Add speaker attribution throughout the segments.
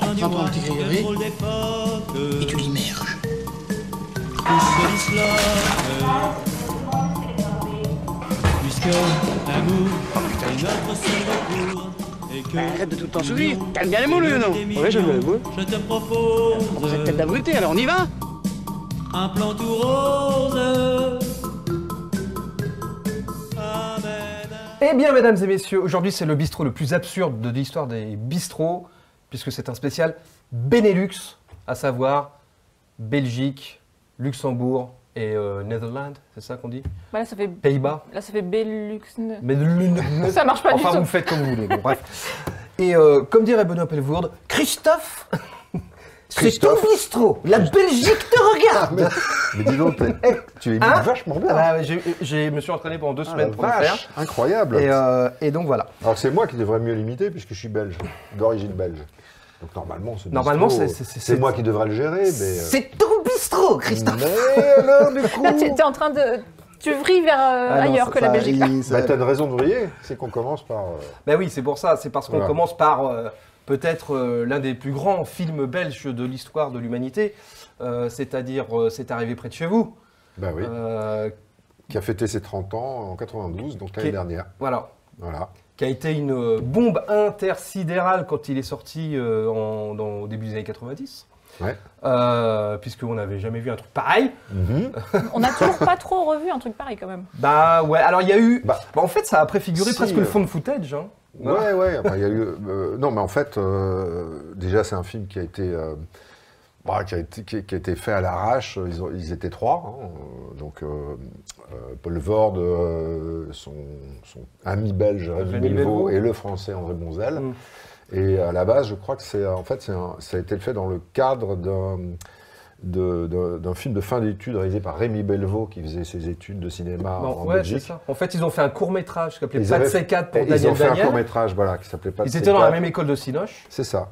Speaker 1: prends ton petit Grégory et tu l'immerges.
Speaker 2: Puisque l'amour est notre seul recours et que
Speaker 3: Arrête de tout le temps sourire. Calme bien les moules, Lionel.
Speaker 2: Oui, je le vois. Je te propose
Speaker 3: Vous êtes tête d'abruté, alors on y va
Speaker 2: un plan tout rose. Amen.
Speaker 4: Eh bien, mesdames et messieurs, aujourd'hui c'est le bistrot le plus absurde de l'histoire des bistrots, puisque c'est un spécial Benelux, à savoir Belgique, Luxembourg et euh, Netherlands, c'est ça qu'on dit
Speaker 5: Bah, là, ça fait,
Speaker 4: Pays-Bas
Speaker 5: là, ça fait Belux. ne-
Speaker 4: Mais le-
Speaker 5: Ça marche pas du
Speaker 4: Euh, enfin,
Speaker 5: tout.
Speaker 4: vous faites comme vous voulez, bon, bref. Et euh, comme dirait Benoît Pelvourde, Christophe, c'est ton
Speaker 6: Christophe.
Speaker 4: bistrot, la Belgique te regarde
Speaker 6: Mais dis donc, t'es- hey, Eh, tu es
Speaker 4: Hein
Speaker 6: vachement bien.
Speaker 4: Ah, j'ai- j'ai- Je me suis entraîné pendant deux
Speaker 6: Ah, la
Speaker 4: semaines pour le faire.
Speaker 6: vache, incroyable.
Speaker 4: Et, euh, et donc voilà.
Speaker 6: Alors c'est moi qui devrais mieux l'imiter puisque je suis belge, d'origine belge. Donc normalement, ce
Speaker 4: Normalement,
Speaker 6: bistrot,
Speaker 4: c'est- c'est- c'est-
Speaker 6: c'est moi qui devrais le
Speaker 4: Eh
Speaker 6: gérer,
Speaker 4: ben,
Speaker 6: mais. euh,
Speaker 4: C'est ton bistrot, Christophe
Speaker 6: Mais alors du coup.
Speaker 5: Là, t'es t'es en train de. Tu vrilles vers euh,
Speaker 4: Ah non,
Speaker 5: ailleurs
Speaker 4: c'est
Speaker 5: que la
Speaker 4: pas-
Speaker 5: Belgique.
Speaker 4: il-
Speaker 6: Bah, t'as une raison de vriller, c'est qu'on commence par. euh,
Speaker 4: Ben oui, c'est pour ça, c'est parce qu'on
Speaker 6: Voilà.
Speaker 4: commence par euh, peut-être euh, l'un des plus grands films belges de l'histoire de l'humanité, euh, c'est-à-dire euh, C'est arrivé près de chez vous,
Speaker 6: bah oui,
Speaker 4: euh,
Speaker 6: qui a fêté ses 30 ans en 92, donc l'année
Speaker 4: Qui-
Speaker 6: dernière.
Speaker 4: voilà,
Speaker 6: Voilà.
Speaker 4: qui a été une euh, bombe intersidérale quand il est sorti euh, en- dans- au début des années 90.
Speaker 6: Ouais.
Speaker 4: Euh, puisqu'on n'avait jamais vu un truc pareil.
Speaker 6: Mhm.
Speaker 5: On n'a toujours pas trop revu un truc pareil quand même.
Speaker 4: Bah ouais, alors il y a eu...
Speaker 6: Bah,
Speaker 4: bah, en fait, ça a préfiguré
Speaker 6: si,
Speaker 4: presque le
Speaker 6: euh,
Speaker 4: fond de footage. hein. Voilà.
Speaker 6: Ouais, ouais. enfin, il y a eu, euh, non, mais en fait, euh, déjà, c'est un film qui a été. euh, bah, qui, a été, qui, qui a été fait à l'arrache, ils, ont- ils étaient trois. hein, euh, Donc, euh, euh, Paul Vord, euh, son, son ami belge Rémi
Speaker 4: Rémi Belvaux.
Speaker 6: Belvaux et le français André Bonzel.
Speaker 4: Mm.
Speaker 6: Et à la base, je crois que c'est en fait, c'est un- ça a été fait dans le cadre d'un de- de- d'un film de fin d'études réalisé par Rémi Belvaux qui faisait ses études de cinéma
Speaker 4: Bon,
Speaker 6: bah, en
Speaker 4: ouais, c'est
Speaker 6: Belgique.
Speaker 4: ça. En fait, ils ont fait un court-métrage qui s'appelait
Speaker 6: Ils
Speaker 4: Pas de
Speaker 6: avaient-
Speaker 4: C4 pour
Speaker 6: Et
Speaker 4: Daniel
Speaker 6: ils ont fait
Speaker 4: Daniel.
Speaker 6: un court métrage, voilà, qui s'appelait pas.
Speaker 4: Ils étaient dans la
Speaker 6: C4.
Speaker 4: même école de Cinoche.
Speaker 6: C'est ça.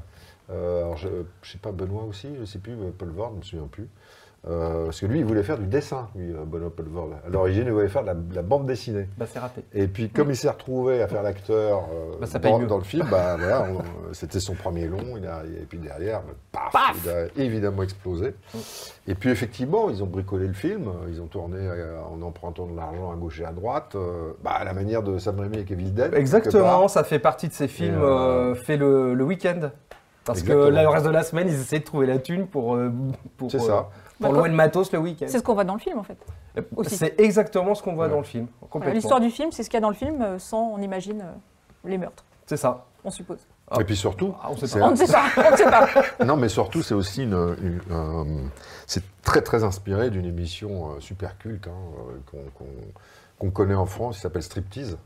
Speaker 6: Euh, alors, je ne sais pas, Benoît aussi, je ne sais plus, euh, Paul Vord, je ne me souviens plus. Euh, parce que lui, il voulait faire du dessin, lui, euh, Benoît Paul Vord. À l'origine, il voulait faire de la, de la bande dessinée.
Speaker 4: Bah, c'est raté.
Speaker 6: Et puis, comme il s'est retrouvé à faire l'acteur euh,
Speaker 4: Bah, ça paye
Speaker 6: dans,
Speaker 4: mieux.
Speaker 6: dans le film, bah, voilà, on- euh, c'était son premier long. Il a- et puis derrière, bah, paf, il a évidemment explosé. Et puis, effectivement, ils ont bricolé le film. Ils ont tourné euh, en empruntant de l'argent à gauche et à droite, euh, bah, à la manière de Sam Raimi et Kevin Dead.
Speaker 4: Exactement, ça fait partie de ces films
Speaker 6: Et, euh,
Speaker 4: euh, faits le, le week-end. Parce
Speaker 6: Exactement.
Speaker 4: que là, le reste de la semaine, ils essaient de trouver la thune pour, euh, pour,
Speaker 6: C'est
Speaker 4: euh,
Speaker 6: ça.
Speaker 4: pour
Speaker 5: Bah,
Speaker 4: louer le matos le week-end.
Speaker 5: C'est ce qu'on voit dans le film en fait. aussi.
Speaker 4: C'est exactement ce qu'on voit
Speaker 6: Ouais.
Speaker 4: dans le film.
Speaker 5: Voilà,
Speaker 4: Complètement.
Speaker 5: L'histoire du film, c'est ce qu'il y a dans le film euh, sans, on imagine, euh, les meurtres.
Speaker 4: C'est ça.
Speaker 5: On suppose.
Speaker 4: Ah.
Speaker 6: Et puis surtout,
Speaker 4: Ah, on sait
Speaker 6: c'est
Speaker 4: pas.
Speaker 5: On ne sait pas, on ne sait pas.
Speaker 6: Non, mais surtout, c'est aussi une. une- euh, c'est très, très inspiré d'une émission euh, super culte hein, euh, qu'on qu'on- qu'on connaît en France, qui s'appelle Striptease.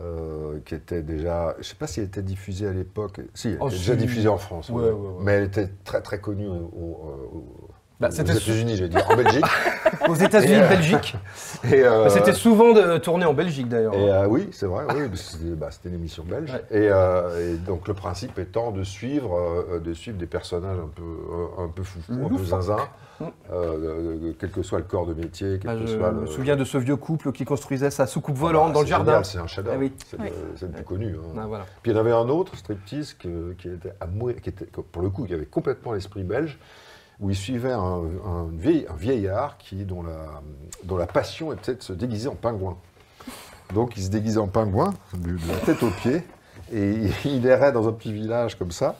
Speaker 6: euh, qui était déjà, je sais pas si elle était diffusée à l'époque. Si, elle était
Speaker 4: Oh,
Speaker 6: déjà
Speaker 4: si.
Speaker 6: diffusée en France.
Speaker 4: Ouais,
Speaker 6: oui.
Speaker 4: ouais, ouais.
Speaker 6: Mais elle était très très connue au- au- au-
Speaker 4: Bah,
Speaker 6: aux
Speaker 4: c'était sou-
Speaker 6: États-Unis, j'ai dit, en Belgique.
Speaker 4: Aux États-Unis,
Speaker 6: Et, euh,
Speaker 4: Belgique.
Speaker 6: Et, euh,
Speaker 4: Bah, C'était souvent de, tourné en Belgique d'ailleurs.
Speaker 6: et, euh, oui, c'est vrai, oui, parce que c'était bah, c'était une émission belge.
Speaker 4: Oh. Ouais.
Speaker 6: Et, euh, et donc le principe étant de suivre, euh, de suivre des personnages un peu, euh, un peu foufou, un peu zinzin, euh, de- de- quel que soit le corps de métier, quel
Speaker 4: Mm. Bah,
Speaker 6: que
Speaker 4: je
Speaker 6: soit
Speaker 4: me
Speaker 6: le-
Speaker 4: souviens de ce vieux couple qui construisait sa soucoupe
Speaker 6: euh, Ah bah,
Speaker 4: volante dans le
Speaker 6: c'est
Speaker 4: jardin.
Speaker 6: génial, C'est un chef-d'œuvre.
Speaker 4: Ah oui.
Speaker 6: C'est
Speaker 5: Ouais.
Speaker 6: le, c'est le plus connu. hein.
Speaker 4: Ah, voilà.
Speaker 6: Puis il y en avait un autre, striptease, que- qui était à mourir- qui était, que, pour le coup, qui avait complètement l'esprit belge, où il suivait un, un vieil- un vieillard qui, dont, la, dont la passion était de se déguiser en pingouin. Donc il se déguisait en pingouin, de, de la tête aux pieds, et il errait dans un petit village comme ça.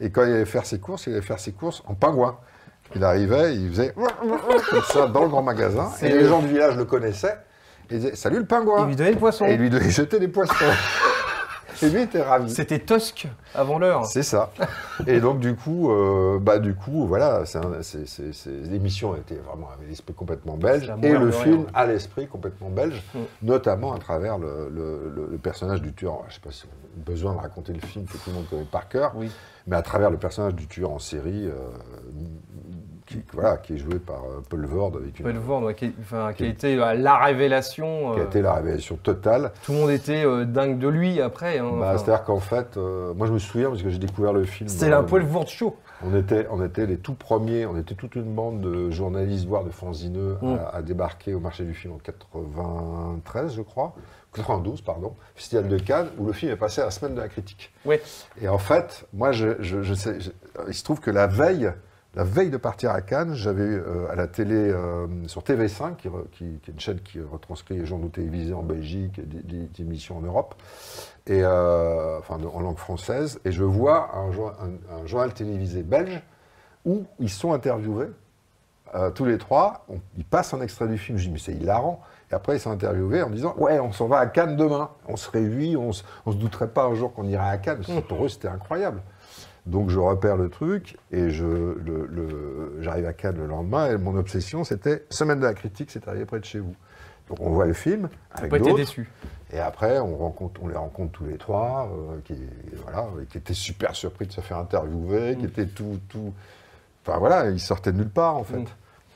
Speaker 6: Et quand il allait faire ses courses, il allait faire ses courses en pingouin. Il arrivait, il faisait comme ça dans le grand magasin, et les gens du village le connaissaient, et disaient Salut le
Speaker 4: Il
Speaker 6: pingouin
Speaker 4: lui donnait le poisson.
Speaker 6: Et lui, il lui jetait des poissons. et lui était ravi.
Speaker 4: C'était Tusk avant l'heure.
Speaker 6: C'est ça. Et donc du coup, euh, bah du coup, voilà, c'est un- c'est- c'est- c'est- l'émission était vraiment avec l'esprit complètement
Speaker 4: C'est
Speaker 6: belge et
Speaker 4: à mourir
Speaker 6: le
Speaker 4: de rire.
Speaker 6: film à l'esprit complètement belge,
Speaker 4: Mm.
Speaker 6: notamment à travers le, le- le- le personnage du tueur. Je sais pas si on a besoin de raconter le film que tout le monde connaît par cœur,
Speaker 4: Oui.
Speaker 6: mais à travers le personnage du tueur en série, euh, qui, voilà, qui est joué par euh, Paul Vord, avec une-
Speaker 4: Paul Vord, ouais, qui, enfin, qui a été euh, la révélation.
Speaker 6: qui a
Speaker 4: euh,
Speaker 6: été la révélation totale.
Speaker 4: Tout le monde était euh, dingue de lui après. hein,
Speaker 6: Bah,
Speaker 4: enfin.
Speaker 6: C'est-à-dire qu'en fait, euh, moi je me souviens, parce que j'ai découvert le film.
Speaker 4: c'était
Speaker 6: euh,
Speaker 4: la Paul Vord show.
Speaker 6: On était, on était les tout premiers, on était toute une bande de journalistes, voire de fanzineux,
Speaker 4: Mm.
Speaker 6: à, à débarquer au marché du film en 93, je crois, 92, pardon, Festival de Cannes, où le film est passé à la semaine de la critique.
Speaker 4: Ouais.
Speaker 6: Et en fait, moi, je, je- je sais, je- il se trouve que la veille, la veille de partir à Cannes, j'avais eu, euh, à la télé, euh, sur TV5, qui, re- qui- qui est une chaîne qui retranscrit les journaux télévisés en Belgique, et des, des- des émissions en Europe, et, euh, enfin de- en langue française, et je vois un, jour- un- un journal télévisé belge où ils sont interviewés, euh, tous les trois, on- ils passent un extrait du film, je dis mais c'est hilarant, et après ils sont interviewés en disant ouais on s'en va à Cannes demain, on se réunit, on se, on se douterait pas un jour qu'on irait à Cannes, Parce que pour eux c'était incroyable. Donc je repère le truc et je le- le- j'arrive à Cannes le lendemain et mon obsession c'était semaine de la critique, c'est arrivé près de chez vous. Donc on voit le film
Speaker 4: T'as
Speaker 6: avec
Speaker 4: pas été
Speaker 6: d'autres.
Speaker 4: déçu.
Speaker 6: Et après, on, rencontre, on les rencontre tous les trois, euh, qui, voilà, et qui étaient super surpris de se faire interviewer,
Speaker 5: Mm.
Speaker 6: qui étaient tout, tout... Enfin voilà, ils sortaient de nulle part en fait.
Speaker 4: Mm.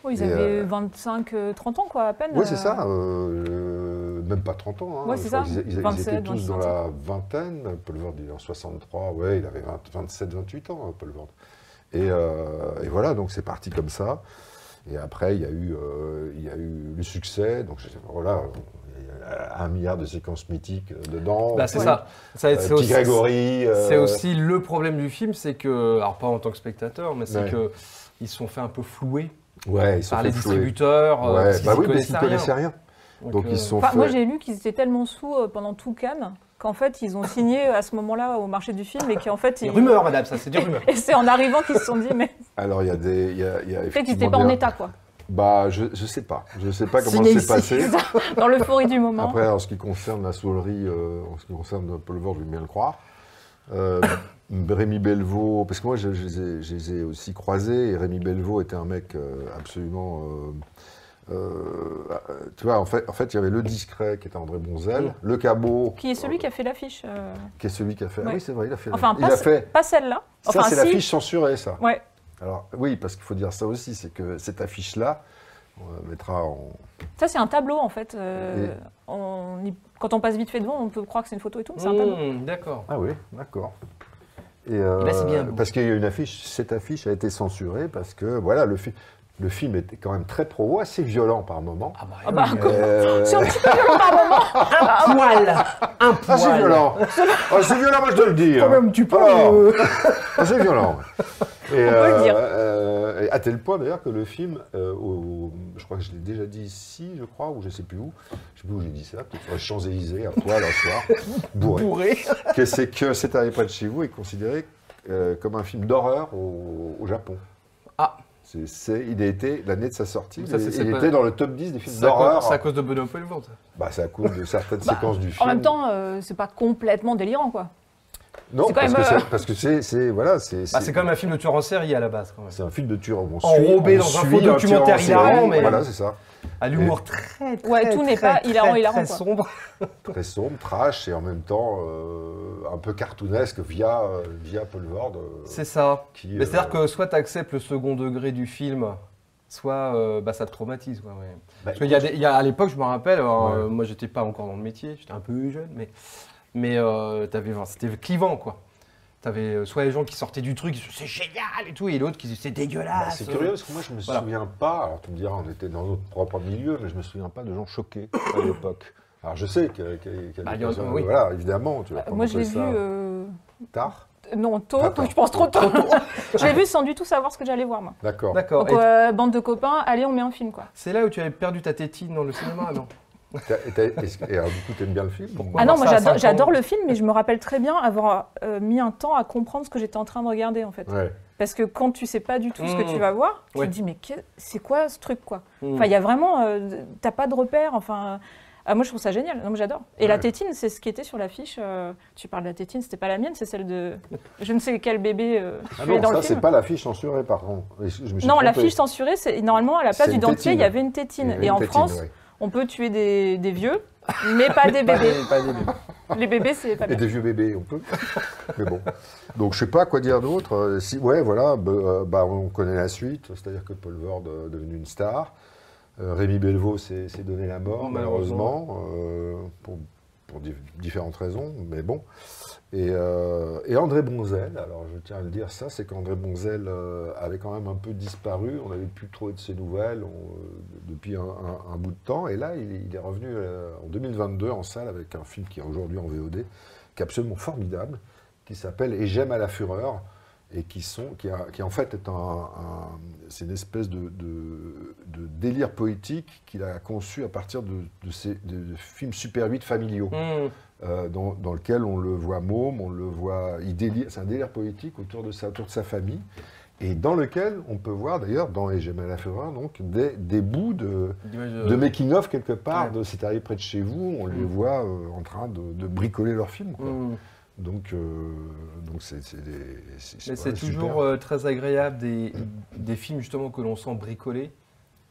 Speaker 5: Oh, ils
Speaker 6: Et,
Speaker 5: avaient
Speaker 6: euh,
Speaker 5: 25, euh, 30 ans, quoi, à peine.
Speaker 6: Oui, c'est
Speaker 5: euh,
Speaker 6: ça, euh, euh, même pas 30 ans. hein,
Speaker 5: Ouais,
Speaker 6: je
Speaker 5: c'est
Speaker 6: crois
Speaker 5: ça,
Speaker 6: qu'ils- Ils, ils
Speaker 5: 27,
Speaker 6: étaient tous dans
Speaker 5: 25.
Speaker 6: la vingtaine. Paul Vord, il est en 63, ouais, il avait 20 27, 28 ans, hein, Paul Vord. Et, euh, et voilà, donc c'est parti comme ça. Et après, il y a eu, euh, il y a eu le succès, donc je- voilà, il y a un milliard de séquences mythiques euh, dedans.
Speaker 4: Bah, c'est
Speaker 6: Ouais.
Speaker 4: ça. Ça,
Speaker 6: Euh,
Speaker 4: c'est
Speaker 6: Petit
Speaker 4: aussi-
Speaker 6: Grégory. euh,
Speaker 4: C'est aussi le problème du film, c'est que, alors pas en tant que spectateur, mais c'est
Speaker 6: Ouais.
Speaker 4: que ils se sont fait un peu flouer
Speaker 6: Ouais, ils se sont
Speaker 4: par les
Speaker 6: fait flouer.
Speaker 4: distributeurs, euh,
Speaker 6: Ouais,
Speaker 4: parce qu'ils
Speaker 6: bah
Speaker 4: y
Speaker 6: oui, mais
Speaker 4: connaissaient
Speaker 6: ils connaissaient
Speaker 4: rien.
Speaker 6: rien. Donc
Speaker 4: euh,
Speaker 6: ils se sont
Speaker 5: Enfin,
Speaker 6: fait.
Speaker 5: Moi, j'ai lu qu'ils étaient tellement sous euh, pendant tout Cannes qu'en fait, ils ont signé euh, à ce moment-là au marché du film et qu'en fait.
Speaker 4: Des
Speaker 5: ils-
Speaker 4: rumeurs, madame, ça, c'est des rumeurs.
Speaker 5: Et c'est en arrivant qu'ils se sont dit, mais
Speaker 6: Alors il y a des, il y a, il y a
Speaker 5: peut-être qu'ils
Speaker 6: effectivement
Speaker 5: n'étaient pas en
Speaker 6: des-
Speaker 5: état, quoi.
Speaker 6: Bah, je, je sais pas. Je sais pas comment
Speaker 5: Signé
Speaker 6: c'est
Speaker 5: ici.
Speaker 6: passé.
Speaker 5: Dans l'euphorie du moment.
Speaker 6: Après, en ce qui concerne la soulerie, euh, en ce qui concerne Paul Vord, je vais bien le croire. Euh, Rémi Belvaux, parce que moi, je, je les ai, je les ai aussi croisés, et Rémi Belvaux était un mec euh, absolument. euh, euh, tu vois, en fait, en fait, il y avait le discret qui était André Bonzel, le cabot.
Speaker 5: qui est celui qui a fait l'affiche. euh,
Speaker 6: qui est celui qui a fait. ah
Speaker 5: Ouais.
Speaker 6: oui, c'est vrai, il a fait. la-
Speaker 5: Enfin,
Speaker 6: il
Speaker 5: pas,
Speaker 6: a fait.
Speaker 5: pas celle-là. Enfin,
Speaker 6: ça, c'est
Speaker 5: si.
Speaker 6: l'affiche censurée, ça.
Speaker 5: Ouais.
Speaker 6: Alors, oui, parce qu'il faut dire ça aussi, c'est que cette affiche-là, on la mettra en,
Speaker 5: Ça, c'est un tableau, en fait. euh, on y- Quand on passe vite fait devant, on peut croire que c'est une photo et tout, mais c'est un tableau.
Speaker 4: Mmh, D'accord.
Speaker 6: Ah oui, d'accord. Et,
Speaker 4: là, c'est
Speaker 6: euh,
Speaker 4: bien beau.
Speaker 6: Parce qu'il y a une affiche, cette affiche a été censurée parce que voilà, le, fi- le film était quand même très pro, assez violent par moment.
Speaker 4: Ah bah,
Speaker 6: Euh,
Speaker 5: C'est un petit peu violent par moment.
Speaker 4: un poil Un
Speaker 6: Ah, c'est
Speaker 4: poil
Speaker 6: violent Ah, C'est violent, moi je dois le dire
Speaker 4: tu euh,
Speaker 6: Alors,
Speaker 5: euh,
Speaker 6: ah, C'est violent et,
Speaker 5: le dire.
Speaker 6: euh, et à tel point d'ailleurs que le film, euh, au- je crois que je l'ai déjà dit ici, je crois, ou je sais plus où, je sais plus où j'ai dit ça, peut-être sur les Champs-Élysées, à poil, un soir, bourré.
Speaker 4: Bourré
Speaker 6: que c'est que C'est arrivé près de chez vous est considéré euh, comme un film d'horreur au, au Japon.
Speaker 4: Ah.
Speaker 6: C'est- c'est- il a été l'année de sa sortie.
Speaker 4: Ça,
Speaker 6: il-
Speaker 4: c'est- c'est
Speaker 6: il
Speaker 4: pas-
Speaker 6: était dans le top 10 des films
Speaker 4: C'est à cause-
Speaker 6: d'horreur.
Speaker 4: c'est à cause de Benoît Poelvoort.
Speaker 6: Bah, c'est à cause de certaines séquences du film.
Speaker 5: Bah, En même temps, euh, c'est pas complètement délirant, quoi.
Speaker 6: non,
Speaker 5: c'est quand
Speaker 6: parce,
Speaker 5: même,
Speaker 6: que
Speaker 5: euh,
Speaker 6: c'est- parce que c'est c'est- voilà, c'est
Speaker 4: Bah, c'est quand même un film de tueur en série à la base, quand même.
Speaker 6: c'est un film de tueur. On
Speaker 4: Enrobé
Speaker 6: suit- on
Speaker 4: dans un
Speaker 6: suit
Speaker 4: faux
Speaker 6: tueur en
Speaker 4: documentaire
Speaker 6: série,
Speaker 4: hilarant, mais-
Speaker 6: Voilà, c'est ça.
Speaker 4: À l'humour très, très,
Speaker 5: Ouais, tout n'est pas
Speaker 4: très,
Speaker 5: hilarant,
Speaker 4: très,
Speaker 5: hilarant,
Speaker 4: très
Speaker 5: quoi.
Speaker 4: sombre.
Speaker 6: Très sombre, trash et en même temps euh, un peu cartoonesque via euh, via Paul Ward. euh,
Speaker 4: C'est ça.
Speaker 6: qui,
Speaker 4: Mais C'est-à-dire
Speaker 6: euh,
Speaker 4: que soit tu acceptes le second degré du film, soit euh, bah, ça te traumatise. quoi, ouais.
Speaker 6: bah,
Speaker 4: Parce qu'il y a des- il y a- à l'époque, je me rappelle, alors,
Speaker 6: Ouais.
Speaker 4: euh, moi j'étais pas encore dans le métier, j'étais un peu jeune, mais, mais euh, t'avais- enfin, c'était clivant quoi. T'avais euh, soit les gens qui sortaient du truc, qui disaient, c'est génial et tout, et l'autre qui disait c'est
Speaker 6: Bah,
Speaker 4: dégueulasse.
Speaker 6: c'est curieux parce que moi je me
Speaker 4: Voilà.
Speaker 6: souviens pas, alors tu me diras on était dans notre propre milieu, mais je me souviens pas de gens choqués à l'époque. Alors je sais que- que- qu'il y a
Speaker 4: Bah,
Speaker 6: des
Speaker 4: il y en a,
Speaker 6: personnes-
Speaker 4: oui.
Speaker 6: voilà, évidemment, tu vas
Speaker 5: Euh,
Speaker 6: prendre
Speaker 5: Moi, je
Speaker 6: un peu
Speaker 5: l'ai vu.
Speaker 6: ça
Speaker 5: euh,
Speaker 6: tard.
Speaker 5: Non, tôt,
Speaker 6: Attends.
Speaker 5: je pense trop tôt. je l'ai vu sans du tout savoir ce que j'allais voir, moi.
Speaker 6: D'accord.
Speaker 4: D'accord.
Speaker 5: Donc,
Speaker 4: Et
Speaker 5: euh, bande de copains, allez, on met un film, quoi.
Speaker 4: C'est là où tu avais perdu ta tétine dans le cinéma, non
Speaker 6: T'as- et t'as- est-ce que- Et alors du coup t'aimes bien le film
Speaker 4: Pourquoi
Speaker 5: Ah
Speaker 4: voir
Speaker 5: non, moi
Speaker 4: ça à 5
Speaker 5: j'adore-
Speaker 4: ans.
Speaker 5: j'adore le film, mais je me rappelle très bien avoir euh, mis un temps à comprendre ce que j'étais en train de regarder en fait.
Speaker 6: Ouais.
Speaker 5: Parce que quand tu sais pas du tout ce
Speaker 4: Mmh.
Speaker 5: que tu vas voir, tu
Speaker 4: Ouais.
Speaker 5: te dis mais que- c'est quoi ce truc quoi
Speaker 4: Mmh.
Speaker 5: Enfin, il y a vraiment, euh, t'as pas de repère. Enfin, ah, moi je trouve ça génial, donc j'adore. Et la
Speaker 6: Ouais.
Speaker 5: tétine, c'est ce qui était sur l'affiche. euh, tu parles de la tétine, c'était pas la mienne, c'est celle de je ne sais quel bébé euh,
Speaker 6: Ah
Speaker 5: tué
Speaker 6: non,
Speaker 5: dans
Speaker 6: ça
Speaker 5: le
Speaker 6: c'est
Speaker 5: film.
Speaker 6: pas l'affiche censurée par contre. Et Je je me suis
Speaker 5: Non,
Speaker 6: trompé.
Speaker 5: l'affiche censurée, c'est normalement à la
Speaker 6: C'est
Speaker 5: place du
Speaker 6: une
Speaker 5: dentier, il
Speaker 6: tétine.
Speaker 5: y avait une tétine.
Speaker 6: Il y avait
Speaker 5: Et
Speaker 6: une
Speaker 5: en
Speaker 6: tétine,
Speaker 5: France,
Speaker 6: ouais.
Speaker 5: on peut tuer des, des vieux mais pas des
Speaker 4: Pas
Speaker 5: bébés.
Speaker 4: des- pas des bébés.
Speaker 5: Les bébés, c'est pas
Speaker 6: Et
Speaker 5: bien.
Speaker 6: des vieux bébés, on peut. Mais bon. Donc je sais pas quoi dire d'autre. Euh, Si, ouais, voilà, bah, euh, bah, on connaît la suite. C'est-à-dire que Paul Ward est devenu une star. Euh, Rémi Belvaux s'est s'est donné la mort,
Speaker 4: Malheureusement.
Speaker 6: malheureusement, euh, pour, pour di- différentes raisons, mais bon. Et, euh, et André Bonzel, alors je tiens à le dire ça, c'est qu'André Bonzel euh, avait quand même un peu disparu, on n'avait plus trop de ses nouvelles on, euh, depuis un, un- un bout de temps, et là il, il est revenu euh, en 2022 en salle avec un film qui est aujourd'hui en VOD, qui est absolument formidable, qui s'appelle Et j'aime à la fureur, et qui, sont, qui, a- qui en fait est un, un- c'est une espèce de, de- de délire poétique qu'il a conçu à partir de, de ses- de- de films Super 8 familiaux
Speaker 4: Hmm.
Speaker 6: euh, dans, dans lequel on le voit môme, on le voit, il délire, c'est un délire poétique autour de sa, autour de sa famille, et dans lequel on peut voir d'ailleurs dans Et j'aime à la fureur donc des, des bouts de,
Speaker 4: D'image, euh,
Speaker 6: de making of quelque part,
Speaker 4: ouais. Mm.
Speaker 6: de c'est arrivé près de chez vous, on les voit euh, en train de, de bricoler leur film. quoi.
Speaker 4: hmm.
Speaker 6: Donc euh, donc c'est c'est des c'est
Speaker 4: Mais c'est
Speaker 6: ouais, bah, super.
Speaker 4: toujours euh, très agréable des, des films justement que l'on sent bricoler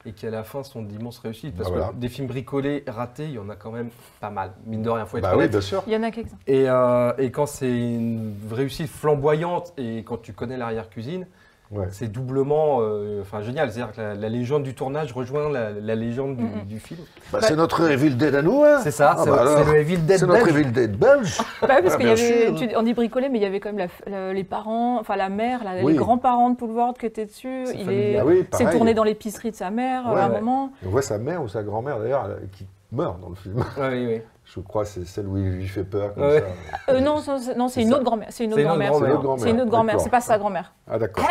Speaker 4: et qui à la fin sont d'immenses réussites. Parce
Speaker 6: Bah voilà.
Speaker 4: que des films bricolés, ratés, il y en a quand même pas mal. Mine de rien, faut être
Speaker 6: bah oui
Speaker 4: honnête.
Speaker 6: bien sûr.
Speaker 5: Il y en a quelques-uns.
Speaker 4: Et, euh, et quand c'est une réussite flamboyante et quand tu connais l'arrière-cuisine,
Speaker 6: Ouais.
Speaker 4: c'est doublement euh, enfin, génial. C'est-à-dire que la, la légende du tournage rejoint la, la légende du,
Speaker 5: Mhm.
Speaker 4: du film.
Speaker 6: Bah, c'est notre Evil Dead à nous hein.
Speaker 4: C'est ça,
Speaker 6: Ah
Speaker 4: c'est
Speaker 6: bah alors,
Speaker 4: c'est le Evil Dead
Speaker 6: c'est notre
Speaker 4: belge.
Speaker 6: Evil Dead belge.
Speaker 5: Bah oui, parce
Speaker 6: Ah,
Speaker 5: qu'il y
Speaker 6: bien
Speaker 5: avait,
Speaker 6: sûr.
Speaker 5: tu- on dit bricoler, mais il y avait quand même la f- la- les parents, enfin la mère, la-
Speaker 6: Oui.
Speaker 5: les grands-parents de Paul Ward qui étaient dessus.
Speaker 4: C'est
Speaker 5: Il
Speaker 4: familial.
Speaker 5: est,
Speaker 6: Ah oui,
Speaker 5: c'est
Speaker 6: pareil.
Speaker 5: tourné dans l'épicerie de sa mère
Speaker 6: Ouais,
Speaker 5: à un
Speaker 6: ouais.
Speaker 5: moment.
Speaker 6: On voit sa mère ou sa grand-mère d'ailleurs elle- qui meurt dans le film.
Speaker 4: Ouais, oui, oui.
Speaker 6: Je crois que c'est celle où il lui fait peur comme
Speaker 4: Ouais.
Speaker 6: ça.
Speaker 5: Euh, non, ça, c'est- non, c'est une
Speaker 6: ça.
Speaker 5: autre grand-mère. C'est une
Speaker 4: C'est
Speaker 5: autre
Speaker 4: une autre
Speaker 5: grand-mère.
Speaker 4: grand-mère.
Speaker 6: C'est une autre
Speaker 5: C'est une autre grand-mère.
Speaker 6: D'accord.
Speaker 5: C'est pas sa grand-mère.
Speaker 6: Ah d'accord.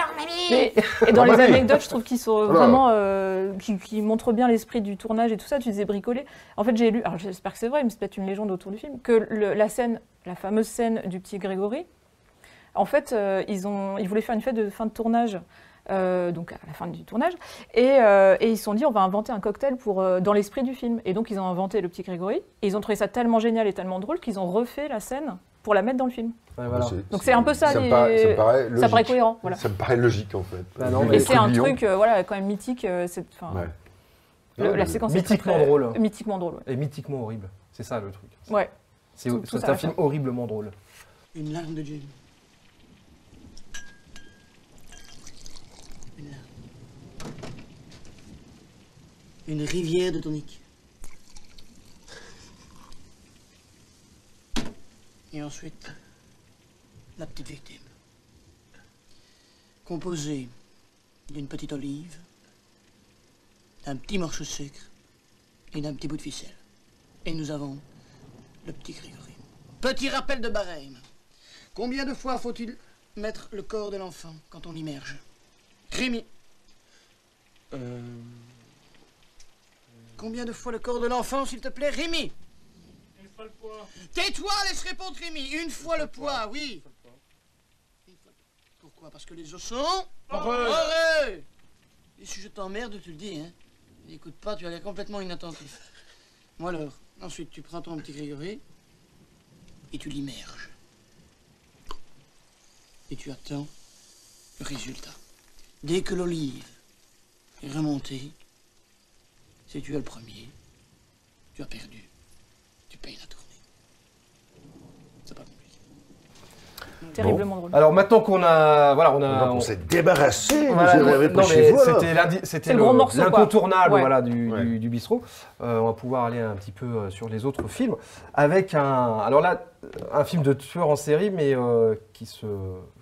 Speaker 5: Mais- et dans
Speaker 6: Ah bah
Speaker 5: les
Speaker 6: oui.
Speaker 5: anecdotes, je trouve qu'ils sont
Speaker 6: Alors.
Speaker 5: vraiment. euh, qui, qui montrent bien l'esprit du tournage et tout ça. Tu disais bricoler. En fait, j'ai lu, alors j'espère que c'est vrai, mais c'est peut-être une légende autour du film, que le- la scène, la fameuse scène du petit Grégory, en fait, euh, ils, ont, ils voulaient faire une fête de fin de tournage. euh, donc à la fin du tournage, et, euh, et ils se sont dit on va inventer un cocktail pour, euh, dans l'esprit du film. Et donc ils ont inventé le petit Grégory, et ils ont trouvé ça tellement génial et tellement drôle qu'ils ont refait la scène pour la mettre dans le film.
Speaker 4: Ouais,
Speaker 6: Bah,
Speaker 4: voilà.
Speaker 5: Donc c'est un peu ça,
Speaker 6: me
Speaker 5: les-
Speaker 6: paraît, ça me paraît logique.
Speaker 5: Ça paraît cohérent. Voilà.
Speaker 6: Ça me paraît logique en fait.
Speaker 4: Bah non,
Speaker 6: Vu
Speaker 4: mais-
Speaker 5: Et
Speaker 6: les
Speaker 5: c'est un
Speaker 6: trucs Lyon.
Speaker 5: truc, euh, voilà, quand même mythique. euh, c'est- enfin,
Speaker 6: Ouais.
Speaker 5: le-
Speaker 6: Non, mais-
Speaker 5: la séquence est
Speaker 4: Euh,
Speaker 5: très,
Speaker 4: Mythiquement
Speaker 5: très-
Speaker 4: drôle
Speaker 5: Mythiquement drôle. ouais.
Speaker 4: et mythiquement horrible. C'est ça le truc.
Speaker 5: Ouais.
Speaker 4: C'est
Speaker 5: Tout- tout
Speaker 4: c'est
Speaker 5: ça,
Speaker 4: un
Speaker 5: ouais.
Speaker 4: film horriblement drôle.
Speaker 1: Une larme de Dieu. Une larme. Une rivière de tonique. Et ensuite, la petite victime. Composée d'une petite olive, d'un petit morceau de sucre et d'un petit bout de ficelle. Et nous avons le petit Grégory. Petit rappel de barème. Combien de fois faut-il mettre le corps de l'enfant quand on l'immerge Rémi. Combien de fois le corps de l'enfant, s'il te plaît, Rémi Tais-toi, laisse répondre Rémi. Une fois le poids, oui. Une fois le poids. Pourquoi Parce que les os sont heureux. Et si je t'emmerde, tu le dis, hein. N'écoute pas, tu as l'air complètement inattentif. Moi alors, ensuite tu prends ton petit Grégory et tu l'immerges. Et tu attends le résultat. Dès que l'olive est remontée, si tu es le premier, tu as perdu. Tu payes la tournée. C'est pas compliqué.
Speaker 5: Terriblement drôle.
Speaker 4: Alors maintenant qu'on a, voilà, on a,
Speaker 6: Donc,
Speaker 4: on-
Speaker 6: on s'est débarrassé.
Speaker 4: Voilà,
Speaker 6: vous avez
Speaker 4: non,
Speaker 6: pas chez
Speaker 4: mais
Speaker 6: vous. alors.
Speaker 4: c'était l'indi- c'était
Speaker 5: C'est le gros morceau, quoi.
Speaker 4: l'incontournable
Speaker 5: Ouais.
Speaker 4: voilà, du,
Speaker 6: Ouais.
Speaker 4: du- du bistrot. Euh, on va pouvoir aller un petit peu euh, sur les autres films avec un, alors là, un film de tueur en série, mais euh, qui se,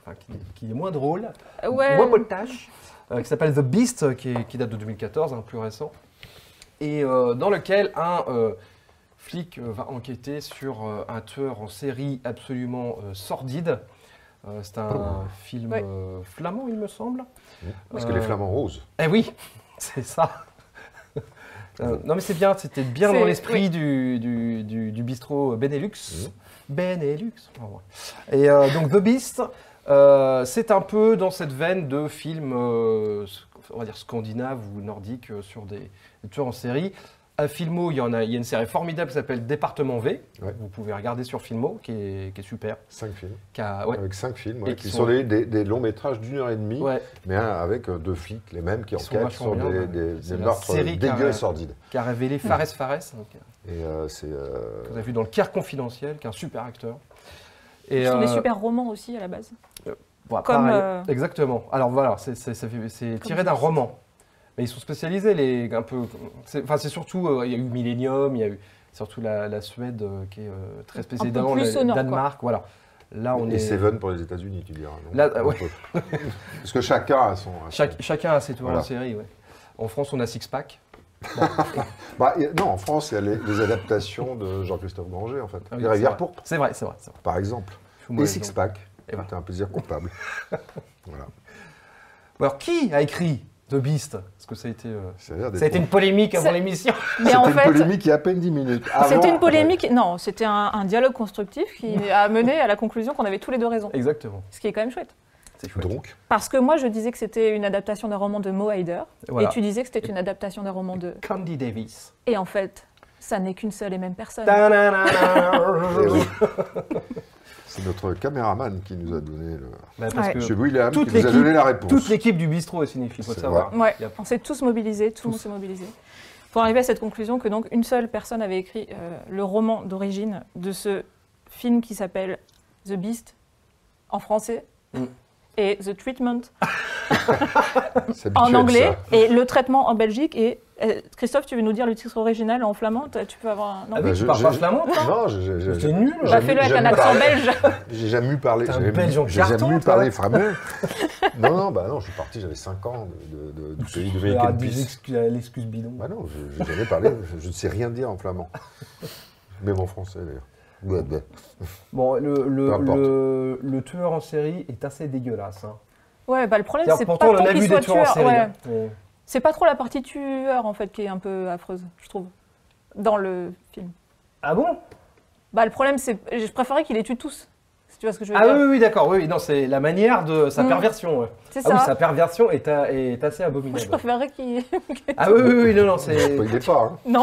Speaker 4: enfin, qui, qui est moins drôle,
Speaker 5: Euh, ouais,
Speaker 4: moins bonne tâche, euh, qui s'appelle The Beast, euh, qui, est- qui date de 2014, hein, plus récent, et euh, dans lequel un euh, flic euh, va enquêter sur euh, un tueur en série absolument euh, sordide. Euh, C'est un film
Speaker 5: Ouais.
Speaker 4: euh, flamand, il me semble.
Speaker 6: Parce que les
Speaker 4: Euh,
Speaker 6: flamants roses.
Speaker 4: eh oui, c'est ça. Euh, non mais c'est bien, c'était bien dans
Speaker 5: C'est-
Speaker 4: l'esprit du, du, du- du bistrot Benelux. Benelux. oh, ouais. Et euh, donc The Beast, euh, c'est un peu dans cette veine de films, euh, sc- on va dire scandinaves ou nordiques euh, sur des, des tueurs en série. À Filmo, il y, en a, il y a une série formidable qui s'appelle Département V.
Speaker 6: Ouais.
Speaker 4: Vous pouvez regarder sur Filmo, qui est, qui est super.
Speaker 6: Cinq films.
Speaker 4: qui a- ouais,
Speaker 6: Avec cinq films.
Speaker 4: Et
Speaker 6: ouais,
Speaker 4: qui
Speaker 6: qui
Speaker 4: sont-
Speaker 6: sont des, des- des longs métrages d'une heure et demie.
Speaker 4: ouais,
Speaker 6: Mais hein, avec euh, deux flics, les mêmes qui
Speaker 4: Ils sont
Speaker 6: enquêtent
Speaker 4: vachement
Speaker 6: sur
Speaker 4: bien,
Speaker 6: des,
Speaker 4: ouais.
Speaker 6: des-
Speaker 4: C'est
Speaker 6: des
Speaker 4: la
Speaker 6: meurtres
Speaker 4: série qui a-
Speaker 6: dégueux et sordides.
Speaker 4: qui a révélé Fares Fares. donc, euh,
Speaker 6: Et euh, c'est. euh,
Speaker 4: Vous avez vu dans le Caire confidentiel, qui est un super acteur. Et,
Speaker 5: Ce sont des
Speaker 4: euh,
Speaker 5: super romans aussi à la base.
Speaker 4: voilà,
Speaker 5: comme,
Speaker 4: pareil.
Speaker 5: euh,
Speaker 4: Exactement. Alors voilà, c'est- c'est ça fait- c'est tiré d'un roman. Mais ils sont spécialisés, les, un peu. c'est- Enfin, c'est surtout. euh, Il y a eu Millennium, il y a eu surtout la, la Suède euh, qui est euh, très spécialisée.
Speaker 5: peu
Speaker 4: d'avant,
Speaker 5: plus
Speaker 4: le
Speaker 5: sonore, quoi.
Speaker 4: Danemark, voilà. Là, on
Speaker 6: et
Speaker 4: est.
Speaker 6: Seven pour les États-Unis, tu diras. non
Speaker 4: Là, ah ouais.
Speaker 6: Parce que chacun a son. a son-
Speaker 4: Chaque- chacun a ses tours
Speaker 6: Voilà.
Speaker 4: en série, ouais. En France, on a Six Pack.
Speaker 6: Bah, et- non, en France, il y a les, les adaptations de Jean-Christophe Granger, en fait.
Speaker 4: Ah oui,
Speaker 6: les
Speaker 4: c'est
Speaker 6: Rivières
Speaker 4: vrai.
Speaker 6: Pourpres,
Speaker 4: C'est vrai, c'est vrai. c'est vrai.
Speaker 6: par exemple.
Speaker 4: Je suis
Speaker 6: et
Speaker 4: mauvais,
Speaker 6: Six
Speaker 4: donc.
Speaker 6: Pack.
Speaker 4: Eh ben.
Speaker 6: C'était un plaisir coupable. voilà.
Speaker 4: Alors, qui a écrit The Beast Parce que ça a été, euh,
Speaker 6: Ça a l'air d'être-
Speaker 4: ça a été une polémique avant
Speaker 5: C'est-
Speaker 4: l'émission.
Speaker 5: Mais
Speaker 6: C'était
Speaker 5: en
Speaker 6: une
Speaker 5: fait,
Speaker 6: polémique il y a à peine 10 minutes. Avant-
Speaker 5: c'était une polémique. Non, c'était un, un dialogue constructif qui a mené à la conclusion qu'on avait tous les deux raison.
Speaker 4: Exactement.
Speaker 5: Ce qui est quand même chouette.
Speaker 4: C'est chouette.
Speaker 6: Donc,
Speaker 5: Parce que moi, je disais que c'était une adaptation d'un roman de Mo Hyder,
Speaker 4: Voilà.
Speaker 5: et tu disais que c'était une adaptation d'un roman de.
Speaker 4: Candy Davis.
Speaker 5: Et en fait, ça n'est qu'une seule et même personne.
Speaker 6: eh
Speaker 4: Ta-da-da-da.
Speaker 6: oui. c'est notre caméraman qui nous a donné le.
Speaker 4: Bah, parce
Speaker 5: Ouais.
Speaker 4: que
Speaker 6: Monsieur William
Speaker 4: toute
Speaker 6: qui nous a donné
Speaker 4: l'équipe-
Speaker 6: la réponse.
Speaker 4: toute l'équipe du bistrot est cinéphile, faut le
Speaker 6: C'est
Speaker 4: savoir.
Speaker 5: Ouais,
Speaker 4: Il y a-
Speaker 5: on s'est tous mobilisés, tout le monde s'est mobilisé. Pour arriver à cette conclusion que donc une seule personne avait écrit euh, le roman d'origine de ce film qui s'appelle The Beast en français
Speaker 4: Mm.
Speaker 5: et The Treatment
Speaker 6: C'est
Speaker 5: en
Speaker 6: habituel,
Speaker 5: anglais
Speaker 6: ça.
Speaker 5: et le traitement en Belgique. Et euh, Christophe, tu veux nous dire le titre original en flamand T'as- Tu peux avoir un. Non,
Speaker 6: Bah,
Speaker 4: Ah oui, tu
Speaker 6: je-
Speaker 4: parles pas
Speaker 6: je-
Speaker 4: flamand, toi
Speaker 6: Non, j'ai- j'ai-
Speaker 4: hein. C'est
Speaker 6: j'ai-
Speaker 4: nul.
Speaker 6: j'ai-
Speaker 5: bah, fais-le avec un
Speaker 6: jamais
Speaker 5: accent
Speaker 6: parlé-
Speaker 5: belge.
Speaker 6: J'ai jamais eu parlé.
Speaker 4: T'es un
Speaker 6: j'ai-
Speaker 4: Belge en
Speaker 6: J'ai jamais
Speaker 4: carton,
Speaker 6: eu
Speaker 4: toi.
Speaker 6: parlé frameux. non, non, bah non, je suis parti, j'avais 5 ans de, de, de, du pays de Veiken
Speaker 4: Ah,
Speaker 6: Pis.
Speaker 4: des excu- L'excuse bidon.
Speaker 6: Bah non, je n'ai jamais parlé, je- je ne sais rien dire en flamand. Même en français d'ailleurs. Ouais, bah. ouais.
Speaker 4: Bon, le, le,
Speaker 6: Peu importe.
Speaker 4: le- le tueur en série est assez dégueulasse. hein.
Speaker 5: Ouais, bah le problème,
Speaker 4: C'est-à-dire,
Speaker 5: c'est pas
Speaker 4: pourtant, on en
Speaker 5: trop
Speaker 4: a
Speaker 5: qu'il
Speaker 4: vu
Speaker 5: soit
Speaker 4: des tueurs en
Speaker 5: tueur.
Speaker 4: série.
Speaker 5: ouais.
Speaker 4: hein. Mais-
Speaker 5: C'est pas trop la partie tueur en fait qui est un peu affreuse, je trouve, dans le film.
Speaker 4: Ah bon
Speaker 5: Bah le problème, c'est je préférais qu'il les tue tous. Si tu vois ce que je veux
Speaker 4: Ah
Speaker 5: dire.
Speaker 4: oui, oui, oui, d'accord. Oui, oui, non, c'est la manière de sa
Speaker 5: Mm.
Speaker 4: perversion. ouais.
Speaker 5: C'est
Speaker 4: Ah
Speaker 5: ça.
Speaker 4: oui, bah. sa perversion est, à- est assez
Speaker 5: Moi, je
Speaker 4: abominable.
Speaker 5: préférerais qu'il.
Speaker 4: Ah oui, oui, oui, non, non,
Speaker 6: Je
Speaker 4: c'est.
Speaker 6: ne pas, hein.
Speaker 5: non,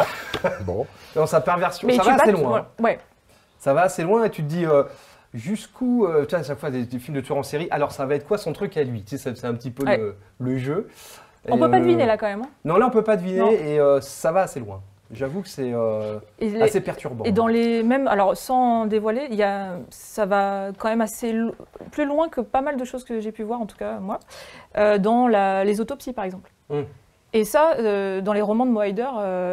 Speaker 6: Bon, bah
Speaker 4: Non, sa perversion,
Speaker 5: mais
Speaker 4: ça
Speaker 5: tu
Speaker 4: va
Speaker 5: bats
Speaker 4: assez
Speaker 5: tout-
Speaker 4: loin. hein.
Speaker 5: Ouais.
Speaker 4: Ça va assez loin et tu te dis euh, jusqu'où. euh, tu vois, à chaque fois, des, des films de tueurs en série, alors ça va être quoi son truc à lui Tu sais, c'est- c'est un petit peu
Speaker 5: Ouais.
Speaker 4: le, le jeu.
Speaker 5: On
Speaker 4: Et,
Speaker 5: peut pas
Speaker 4: euh,
Speaker 5: deviner là quand même. hein.
Speaker 4: Non, là, on peut pas deviner
Speaker 5: Non.
Speaker 4: et euh, ça va assez loin. J'avoue que c'est euh,
Speaker 5: Et les-
Speaker 4: assez perturbant.
Speaker 5: Et dans les mêmes, alors sans dévoiler, il y a, ça va quand même assez lo- plus loin que pas mal de choses que j'ai pu voir, en tout cas moi, euh, dans la- les autopsies par exemple.
Speaker 4: Mm.
Speaker 5: Et ça, euh, dans les romans de Moider,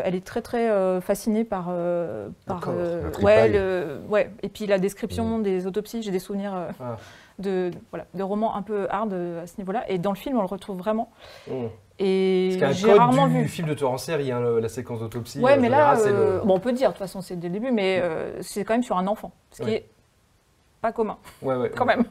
Speaker 5: elle est très très euh, fascinée par, euh, par,
Speaker 6: D'accord,
Speaker 5: euh,
Speaker 6: la
Speaker 5: ouais,
Speaker 6: tripaille.
Speaker 5: le- ouais, et puis la description des autopsies. J'ai des souvenirs euh,
Speaker 4: Hum. Ah.
Speaker 5: de voilà, de romans un peu hard euh, à ce niveau-là. Et dans le film, on le retrouve vraiment.
Speaker 4: Mm.
Speaker 5: Et
Speaker 4: Parce qu'il y a un
Speaker 5: j'ai rarement
Speaker 4: code du
Speaker 5: vu.
Speaker 4: film de tueur en série, hein, le- la séquence d'autopsie.
Speaker 5: Ouais,
Speaker 4: en
Speaker 5: mais là,
Speaker 4: général, c'est
Speaker 5: euh,
Speaker 4: le-
Speaker 5: bon, on peut dire, de toute façon, c'est dès le début, mais euh, c'est quand même sur un enfant, ce qui
Speaker 4: Oui.
Speaker 5: est pas commun,
Speaker 4: Ouais, ouais,
Speaker 5: quand
Speaker 4: ouais.
Speaker 5: même.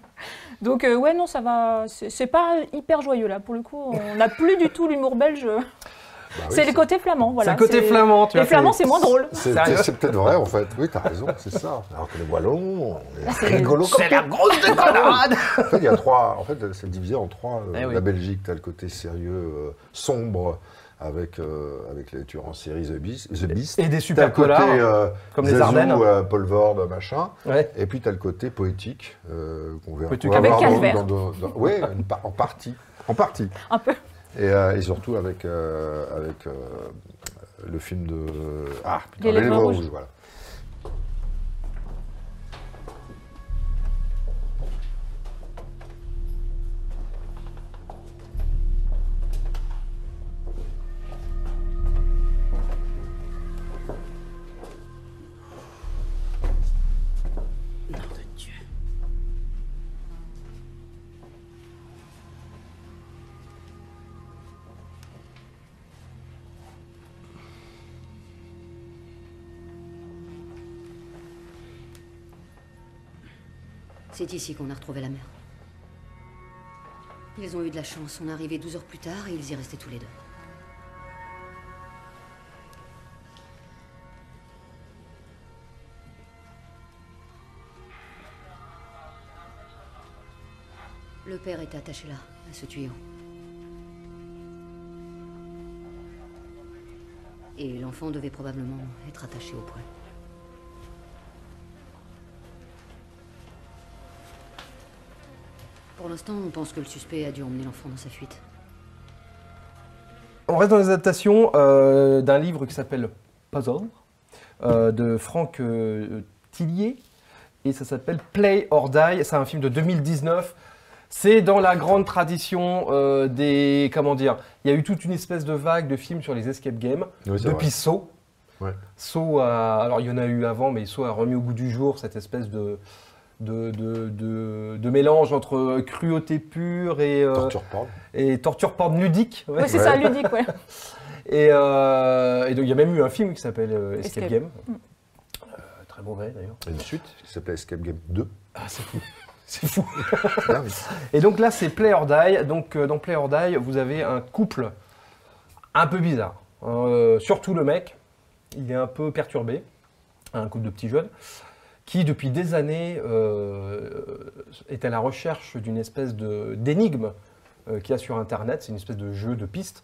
Speaker 5: Donc, euh, ouais, non, ça va. C'est c'est pas hyper joyeux, là, pour le coup. On n'a plus du tout l'humour belge.
Speaker 6: bah oui,
Speaker 5: c'est le côté flamand, voilà.
Speaker 4: c'est le côté flamand, tu
Speaker 5: Les
Speaker 4: vois.
Speaker 5: flamands, c'est moins drôle.
Speaker 6: c'est-
Speaker 4: Sérieux
Speaker 6: c'est- C'est peut-être vrai en fait. Oui, t'as raison, c'est ça. Alors que les Wallons, on est
Speaker 5: c'est-
Speaker 6: rigolo comme tout.
Speaker 4: grosse déconnade
Speaker 6: En fait, il y a trois. En fait, c'est divisé en trois. euh,
Speaker 4: Eh oui.
Speaker 6: La Belgique, t'as le côté sérieux, euh, sombre, avec euh, avec les tueurs en série The Beast. The Beast.
Speaker 4: Et des
Speaker 6: T'as le
Speaker 4: super
Speaker 6: côté
Speaker 4: polars.
Speaker 6: euh,
Speaker 4: comme les
Speaker 6: Zazou,
Speaker 4: Ardennes.
Speaker 6: euh, Paul Vord, machin.
Speaker 4: Ouais.
Speaker 6: Et puis, tu as le côté poétique euh, qu'on verra.
Speaker 4: Poétique
Speaker 6: qu'on va
Speaker 5: avec
Speaker 6: voir dans- dans-
Speaker 5: Calvert.
Speaker 6: dans- dans- ouais, une par- en partie. En partie.
Speaker 5: Un peu.
Speaker 6: Et, euh, et surtout avec, euh, avec euh, le film de. Ah, putain,
Speaker 5: Les
Speaker 6: Les
Speaker 5: Lèvres
Speaker 6: Lèvres
Speaker 5: Rouges.
Speaker 6: Rouges, voilà.
Speaker 1: Nom de Dieu.
Speaker 7: C'est ici qu'on a retrouvé la mère. Ils ont eu de la chance. On est arrivé 12 heures plus tard et ils y restaient tous les deux. Le père était attaché là, à ce tuyau. Et l'enfant devait probablement être attaché au poêle. Pour l'instant, on pense que le suspect a dû emmener l'enfant dans sa fuite.
Speaker 4: On reste dans les adaptations euh, d'un livre qui s'appelle Puzzle, euh, de Franck euh, Tillier. Et ça s'appelle Play or Die. C'est un film de 2019. C'est dans la grande tradition euh, des. Comment dire Il y a eu toute une espèce de vague de films sur les escape games.
Speaker 6: Oui, c'est
Speaker 4: depuis
Speaker 6: vrai.
Speaker 4: Saw.
Speaker 6: Ouais.
Speaker 4: Saw a- alors il y en a eu avant, mais Saw a remis au goût du jour cette espèce de, de, de- de- de mélange entre cruauté pure et, euh,
Speaker 6: Torture porn.
Speaker 4: et torture porn ludique. ouais.
Speaker 5: Ouais, c'est ça, ludique, ouais.
Speaker 4: Et, euh, et donc il y a même eu un film qui s'appelle euh, Escape,
Speaker 5: Escape.
Speaker 4: Game. Euh, très mauvais d'ailleurs.
Speaker 6: Et une suite qui s'appelait Escape Game 2.
Speaker 4: Ah, c'est fou. C'est fou.
Speaker 6: Ah, mais-
Speaker 4: Et donc là, c'est Play or Die. Donc euh, dans Play or Die, vous avez un couple un peu bizarre. Euh, surtout le mec, il est un peu perturbé, un couple de petits jeunes, qui depuis des années euh, est à la recherche d'une espèce de- d'énigme euh, qu'il y a sur Internet. C'est une espèce de jeu de piste.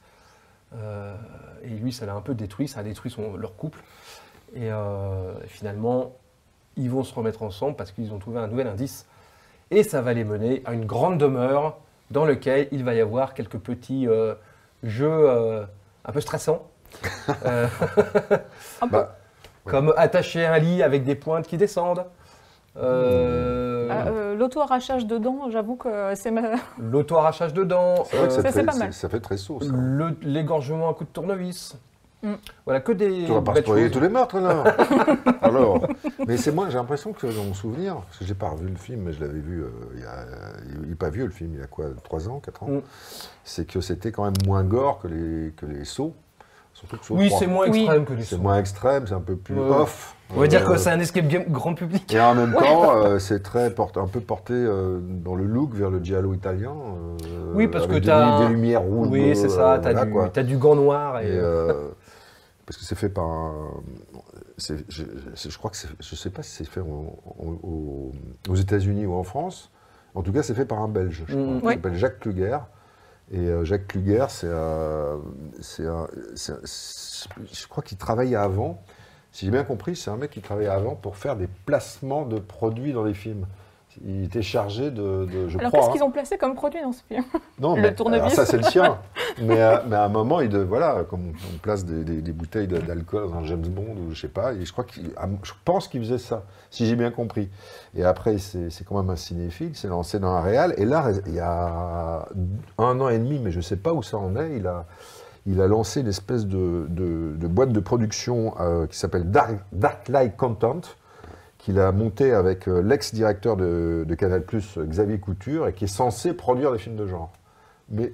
Speaker 4: Euh, et lui, ça l'a un peu détruit, ça a détruit son- leur couple. Et euh, finalement, ils vont se remettre ensemble parce qu'ils ont trouvé un nouvel indice et ça va les mener à une grande demeure dans laquelle il va y avoir quelques petits euh, jeux euh, un peu stressants, euh,
Speaker 5: Un peu.
Speaker 6: Bah,
Speaker 4: comme attacher un lit avec des pointes qui descendent. euh,
Speaker 5: Ah, euh, L'auto-arrachage de dents, j'avoue que c'est ma...
Speaker 4: L'auto-arrachage dedans,
Speaker 6: c'est vrai que ça,
Speaker 4: euh,
Speaker 5: ça,
Speaker 6: fait,
Speaker 5: c'est pas mal.
Speaker 6: ça fait très hein. saut, ça.
Speaker 4: le- l'égorgement à coups de tournevis.
Speaker 5: Mm.
Speaker 4: Voilà, que des.
Speaker 6: Tu vas pas
Speaker 4: belles
Speaker 6: spoiler
Speaker 4: choses.
Speaker 6: tous les meurtres, là Alors, mais c'est moi, j'ai l'impression que dans mon souvenir, parce que j'ai pas revu le film, mais je l'avais vu, euh, il, y a, il est pas vieux le film, il y a quoi, 3 ans, 4 ans
Speaker 4: Mm.
Speaker 6: C'est que c'était quand même moins gore que les, que les sauts. Surtout que Saw
Speaker 4: Oui,
Speaker 6: 3.
Speaker 4: c'est moins
Speaker 5: Oui.
Speaker 4: extrême que les
Speaker 6: C'est
Speaker 4: sauts.
Speaker 6: moins extrême, c'est un peu plus
Speaker 4: Ouais.
Speaker 6: off.
Speaker 4: On va dire
Speaker 6: Euh,
Speaker 4: que c'est un escape game grand public.
Speaker 6: Et en même temps, euh, c'est très port- un peu porté euh, dans le look vers le giallo italien. euh,
Speaker 4: Oui, parce
Speaker 6: avec
Speaker 4: que
Speaker 6: des,
Speaker 4: t'as-
Speaker 6: lu- des lumières rouges.
Speaker 4: Oui, c'est ça,
Speaker 6: euh,
Speaker 4: t'as
Speaker 6: voilà,
Speaker 4: du,
Speaker 6: quoi.
Speaker 4: t'as du gant noir.
Speaker 6: Et,
Speaker 4: Et,
Speaker 6: euh, parce que c'est fait par un. c'est- Je, je- je crois que c'est- je sais pas si c'est fait en- en- au- aux États-Unis ou en France. En tout cas, c'est fait par un Belge. Je
Speaker 4: Mm.
Speaker 6: crois, qui
Speaker 5: Oui.
Speaker 6: s'appelle Jacques Kluger. Et euh, Jacques Kluger, c'est euh, c'est un- c'est un- c'est- je crois qu'il travaillait avant. Si j'ai bien compris, c'est un mec qui travaillait avant pour faire des placements de produits dans les films. Il était chargé de. de- je
Speaker 5: Alors
Speaker 6: crois,
Speaker 5: qu'est-ce
Speaker 6: hein.
Speaker 5: qu'ils ont placé comme produit dans ce film
Speaker 6: Non,
Speaker 5: Le
Speaker 6: mais,
Speaker 5: tournevis.
Speaker 6: alors ça, c'est le sien. mais, euh, mais à un moment, il de, voilà, comme on place des, des- des bouteilles de- d'alcool dans un James Bond ou je sais pas, et je, crois qu'il- à- je pense qu'il faisait ça, si j'ai bien compris. Et après, c'est c'est quand même un cinéphile, il s'est lancé dans un réal. Et là, il y a un an et demi, mais je sais pas où ça en est, il a, il a lancé une espèce de, de- de boîte de production euh, qui s'appelle Dark, Dark Light Content qu'il a monté avec euh, l'ex-directeur de, de Canal+, euh, Xavier Couture, et qui est censé produire des films de genre. Mais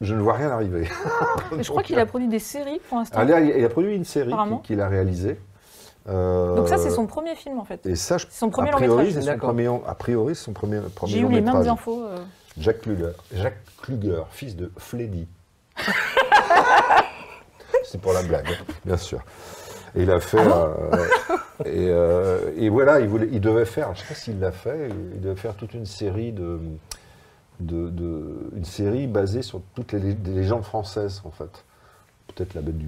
Speaker 6: je ne vois rien arriver.
Speaker 5: Je crois qu'il a produit des séries pour l'instant.
Speaker 6: Ah, là, il a produit une série
Speaker 5: Apparemment.
Speaker 6: qui- qu'il a réalisée. Euh,
Speaker 5: Donc ça, c'est son premier film, en fait.
Speaker 6: Et ça, je-
Speaker 5: C'est son premier
Speaker 6: a
Speaker 5: long
Speaker 6: priori,
Speaker 5: métrage.
Speaker 6: c'est son
Speaker 4: D'accord.
Speaker 6: premier, a priori, c'est son premier, premier
Speaker 5: J'ai eu
Speaker 6: long
Speaker 5: les mêmes
Speaker 6: métrage.
Speaker 5: infos. euh.
Speaker 6: Jacques Kluger, Jacques Kluger, fils de Fleddy. C'est pour la blague, hein, bien sûr. Et il a
Speaker 5: Ah
Speaker 6: fait. euh, et, euh, et voilà, il, voulait, il devait faire, je sais pas s'il l'a fait, il devait faire toute une série de. de, de- une série basée sur toutes les, les légendes françaises, en fait. Peut-être la bête du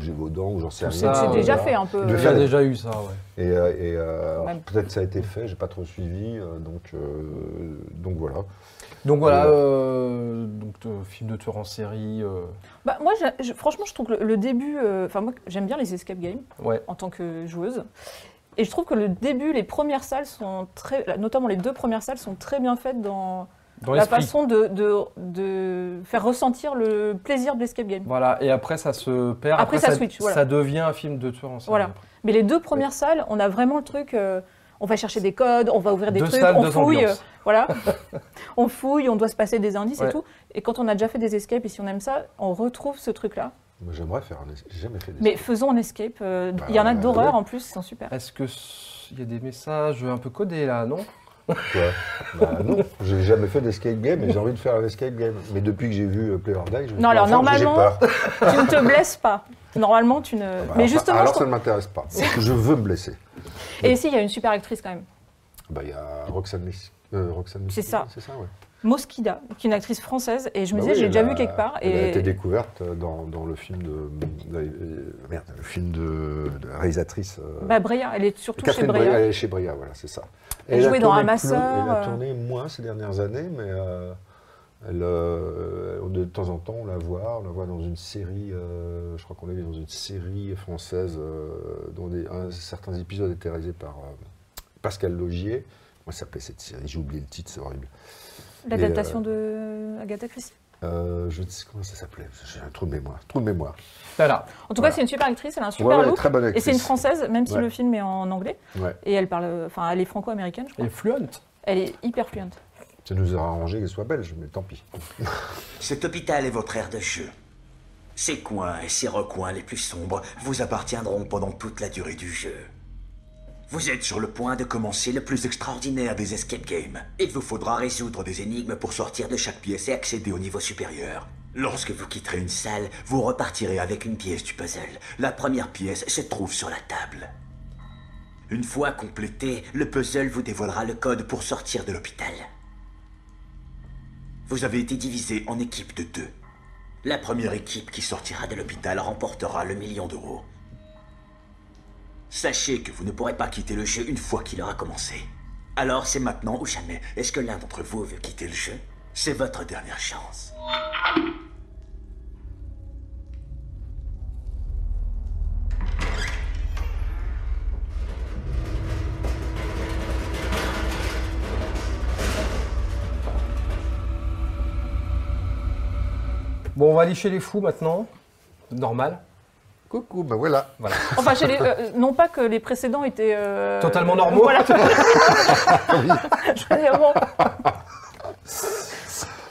Speaker 6: Gévaudan, ou j'en sais
Speaker 4: Tout
Speaker 6: rien.
Speaker 4: ça,
Speaker 5: C'est
Speaker 4: euh,
Speaker 5: déjà
Speaker 6: voilà.
Speaker 5: fait un peu.
Speaker 6: Il devait
Speaker 4: Il y a
Speaker 6: faire des-
Speaker 4: déjà eu ça, ouais.
Speaker 6: et, euh, et, euh, alors,
Speaker 5: Même.
Speaker 6: peut-être ça a été fait, j'ai pas trop suivi, euh, donc, euh, donc voilà.
Speaker 4: Donc voilà,
Speaker 6: Euh,
Speaker 4: euh, donc, euh, film de tueur en série. euh,
Speaker 5: Bah, moi, je- je- franchement, je trouve que le, le début. euh, Enfin, moi, j'aime bien les escape games
Speaker 4: ouais.
Speaker 5: en tant que joueuse. Et je trouve que le début, les premières salles sont très. Notamment les deux premières salles sont très bien faites dans
Speaker 4: Dans
Speaker 5: la
Speaker 4: l'esprit.
Speaker 5: façon de, de- de faire ressentir le plaisir de l'escape game.
Speaker 4: Voilà, et après ça se perd.
Speaker 5: Après, ça switch, voilà.
Speaker 4: ça devient un film de tueur en série.
Speaker 5: Voilà.
Speaker 4: après.
Speaker 5: Mais les deux premières salles, on a vraiment le truc. euh, on va chercher des codes, on va ouvrir des
Speaker 4: Deux
Speaker 5: trucs,
Speaker 4: salles,
Speaker 5: on
Speaker 4: deux
Speaker 5: fouille.
Speaker 4: ambiances.
Speaker 5: euh, Voilà. on fouille, on doit se passer des indices
Speaker 4: Ouais.
Speaker 5: et tout. Et quand on a déjà fait des escapes et si on aime ça, on retrouve ce truc-là.
Speaker 6: Moi, J'aimerais faire un. es- J'ai jamais fait des.
Speaker 5: Mais faisons un escape. euh,
Speaker 6: Bah,
Speaker 5: Il y en a
Speaker 6: ouais,
Speaker 5: d'horreur
Speaker 6: ouais.
Speaker 5: en plus, ils sont super.
Speaker 4: Est-ce que s- il y a des messages un peu codés là, non
Speaker 6: Quoi bah non, j'ai jamais fait d'escape game et j'ai envie de faire un escape game. Mais depuis que j'ai vu euh, Play or Die, je me dis,
Speaker 5: Non, alors,
Speaker 6: enfin, j'ai
Speaker 5: normalement-
Speaker 6: peur.
Speaker 5: tu ne te blesses pas. Normalement, tu ne.
Speaker 6: Bah,
Speaker 5: Mais
Speaker 6: alors,
Speaker 5: justement,
Speaker 6: alors
Speaker 5: je
Speaker 6: ça
Speaker 5: trouve-
Speaker 6: ne m'intéresse pas. Je veux me blesser.
Speaker 5: et ici, il y a une super actrice quand même.
Speaker 6: Bah, il y a Roxane Miss. euh, Roxane Miss-
Speaker 5: C'est ça.
Speaker 6: C'est ça, ouais.
Speaker 5: Moskida, qui est une actrice française, et je me
Speaker 6: Bah
Speaker 5: disais,
Speaker 6: oui,
Speaker 5: j'ai
Speaker 6: elle
Speaker 5: déjà
Speaker 6: a-
Speaker 5: vu quelque part.
Speaker 6: Elle a
Speaker 5: Et
Speaker 6: été découverte dans, dans le film de. de- euh, merde, le film de, de la réalisatrice. euh,
Speaker 5: bah, Breya, elle est surtout chez
Speaker 6: Catherine Breillat,
Speaker 5: Breya.
Speaker 6: elle est chez Breillat, voilà, c'est ça.
Speaker 5: Elle jouait
Speaker 6: a
Speaker 5: dans
Speaker 6: tourné
Speaker 5: Ramasseur,
Speaker 6: plus- Elle a
Speaker 5: euh.
Speaker 6: tourné moins ces dernières années, mais euh, elle, euh, on de temps en temps, on la voit. On la voit dans une série, euh, je crois qu'on l'a vu dans une série française, euh, dont des- un- certains épisodes étaient réalisés par euh, Pascal Logier. Comment s'appelait cette série J'ai oublié le titre, c'est horrible.
Speaker 5: L'adaptation de Agatha Christie.
Speaker 6: Euh, je ne sais comment ça s'appelait. J'ai un trou de mémoire. Trou de mémoire.
Speaker 4: Voilà.
Speaker 5: En tout
Speaker 6: Voilà.
Speaker 5: cas, c'est une super actrice, elle a un
Speaker 6: Ouais,
Speaker 5: super
Speaker 6: ouais, elle est
Speaker 5: look.
Speaker 6: très bonne
Speaker 5: Et c'est une
Speaker 6: actrice.
Speaker 5: française, même si
Speaker 6: Ouais.
Speaker 5: le film est en anglais.
Speaker 6: Ouais.
Speaker 5: Et elle parle, euh, enfin, elle est franco-américaine, je crois.
Speaker 4: Elle est fluente.
Speaker 5: Elle est hyper fluente.
Speaker 6: Ça nous aura arrangé qu'elle soit belge, mais tant pis.
Speaker 8: Cet hôpital est votre aire de jeu. Ses coins et ses recoins les plus sombres vous appartiendront pendant toute la durée du jeu. Vous êtes sur le point de commencer le plus extraordinaire des escape games. Il vous faudra résoudre des énigmes pour sortir de chaque pièce et accéder au niveau supérieur. Lorsque vous quitterez une salle, vous repartirez avec une pièce du puzzle. La première pièce se trouve sur la table. Une fois complété, le puzzle vous dévoilera le code pour sortir de l'hôpital. Vous avez été divisé en équipes de deux. La première équipe qui sortira de l'hôpital remportera le million d'euros. Sachez que vous ne pourrez pas quitter le jeu une fois qu'il aura commencé. Alors c'est maintenant ou jamais. Est-ce que l'un d'entre vous veut quitter le jeu C'est votre dernière chance.
Speaker 4: Bon, on va aller chez les fous maintenant. Normal.
Speaker 6: Coucou, ben voilà.
Speaker 5: Enfin, chez les, euh, non pas que les précédents étaient. euh,
Speaker 4: Totalement normaux.
Speaker 5: Voilà. Je veux dire, bon,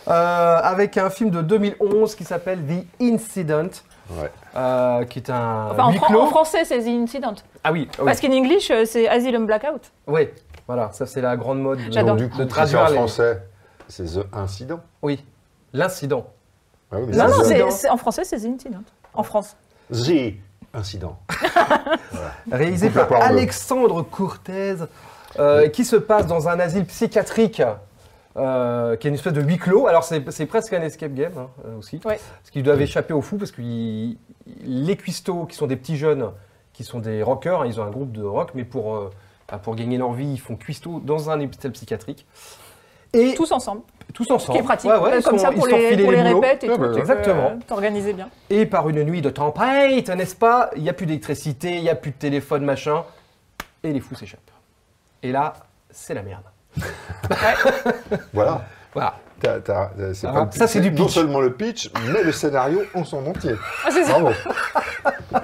Speaker 4: Euh, avec un film de 2011 qui s'appelle The Incident,
Speaker 6: Ouais.
Speaker 4: euh, qui est un
Speaker 5: enfin, en,
Speaker 4: huis
Speaker 5: fran-
Speaker 4: clos.
Speaker 5: en français, c'est The Incident.
Speaker 4: Ah oui, ah oui.
Speaker 5: Parce qu'en English, euh, c'est Asylum Blackout.
Speaker 4: Oui, voilà, ça c'est la grande mode de,
Speaker 5: J'adore.
Speaker 6: Donc, du
Speaker 5: Donc,
Speaker 6: coup,
Speaker 4: de
Speaker 6: si c'est en
Speaker 4: traduire les-
Speaker 6: français, c'est The Incident.
Speaker 4: Oui, l'incident.
Speaker 6: Ah oui, mais
Speaker 5: Non, non,
Speaker 6: c'est
Speaker 5: c'est- c'est- en français, c'est The Incident. En France.
Speaker 6: The Incident.
Speaker 4: Réalisé
Speaker 6: Coupe la
Speaker 4: par
Speaker 6: parole.
Speaker 4: Alexandre Courtez, euh, qui se passe dans un asile psychiatrique. euh, qui est une espèce de huis clos. Alors, c'est c'est presque un escape game hein, euh, aussi.
Speaker 5: Ouais.
Speaker 4: Parce qu'ils doivent échapper aux fous, parce que ils- les cuistots, qui sont des petits jeunes, qui sont des rockers, hein, ils ont un groupe de rock, mais pour, euh, bah, pour gagner leur vie, ils font cuistots dans un hôpital psychiatrique. Et
Speaker 5: Tous ensemble.
Speaker 4: tous ensemble.
Speaker 5: Ce qui est pratique.
Speaker 4: Ouais, ouais, ils
Speaker 5: Comme
Speaker 4: sont-
Speaker 5: ça,
Speaker 4: ils
Speaker 5: pour
Speaker 4: sont
Speaker 5: les,
Speaker 4: filés
Speaker 5: pour les
Speaker 4: boulots.
Speaker 5: répètes et
Speaker 4: Ouais,
Speaker 5: tout.
Speaker 4: bah,
Speaker 5: tu peux,
Speaker 4: exactement.
Speaker 5: euh, T'organiser bien.
Speaker 4: Et par une nuit de tempête, n'est-ce pas Il n'y a plus d'électricité, il n'y a plus de téléphone, machin. Et les fous s'échappent. Et là, c'est la merde.
Speaker 6: Voilà.
Speaker 4: Voilà.
Speaker 6: T'as- t'as- t'as- c'est
Speaker 4: Ah,
Speaker 6: pas le-
Speaker 4: ça, c'est du
Speaker 6: Non
Speaker 4: pitch.
Speaker 6: seulement le pitch, mais le scénario en son entier.
Speaker 5: Ah, c'est ça.
Speaker 6: Bravo.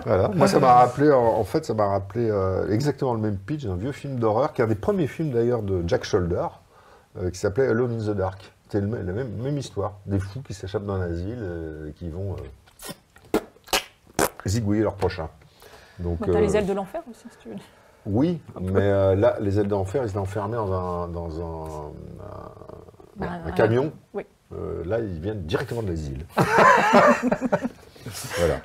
Speaker 6: voilà. Moi, ça m'a rappelé, en, en fait, ça m'a rappelé euh, exactement le même pitch d'un vieux film d'horreur, qui est un des premiers films d'ailleurs de Jack Shoulder, euh, qui s'appelait Alone in the Dark. C'était le m- la même, même histoire. Des fous qui s'échappent d'un asile, euh, qui vont euh, zigouiller leur prochain. Donc,
Speaker 5: Bah, T'as les
Speaker 6: euh,
Speaker 5: ailes de l'enfer aussi, si tu veux.
Speaker 4: bah,
Speaker 6: oui, mais euh, là, les aides d'enfer, ils étaient enfermés dans un, dans un,
Speaker 5: Bah,
Speaker 6: un camion.
Speaker 5: Oui.
Speaker 6: Euh, là, ils viennent directement de les îles. voilà.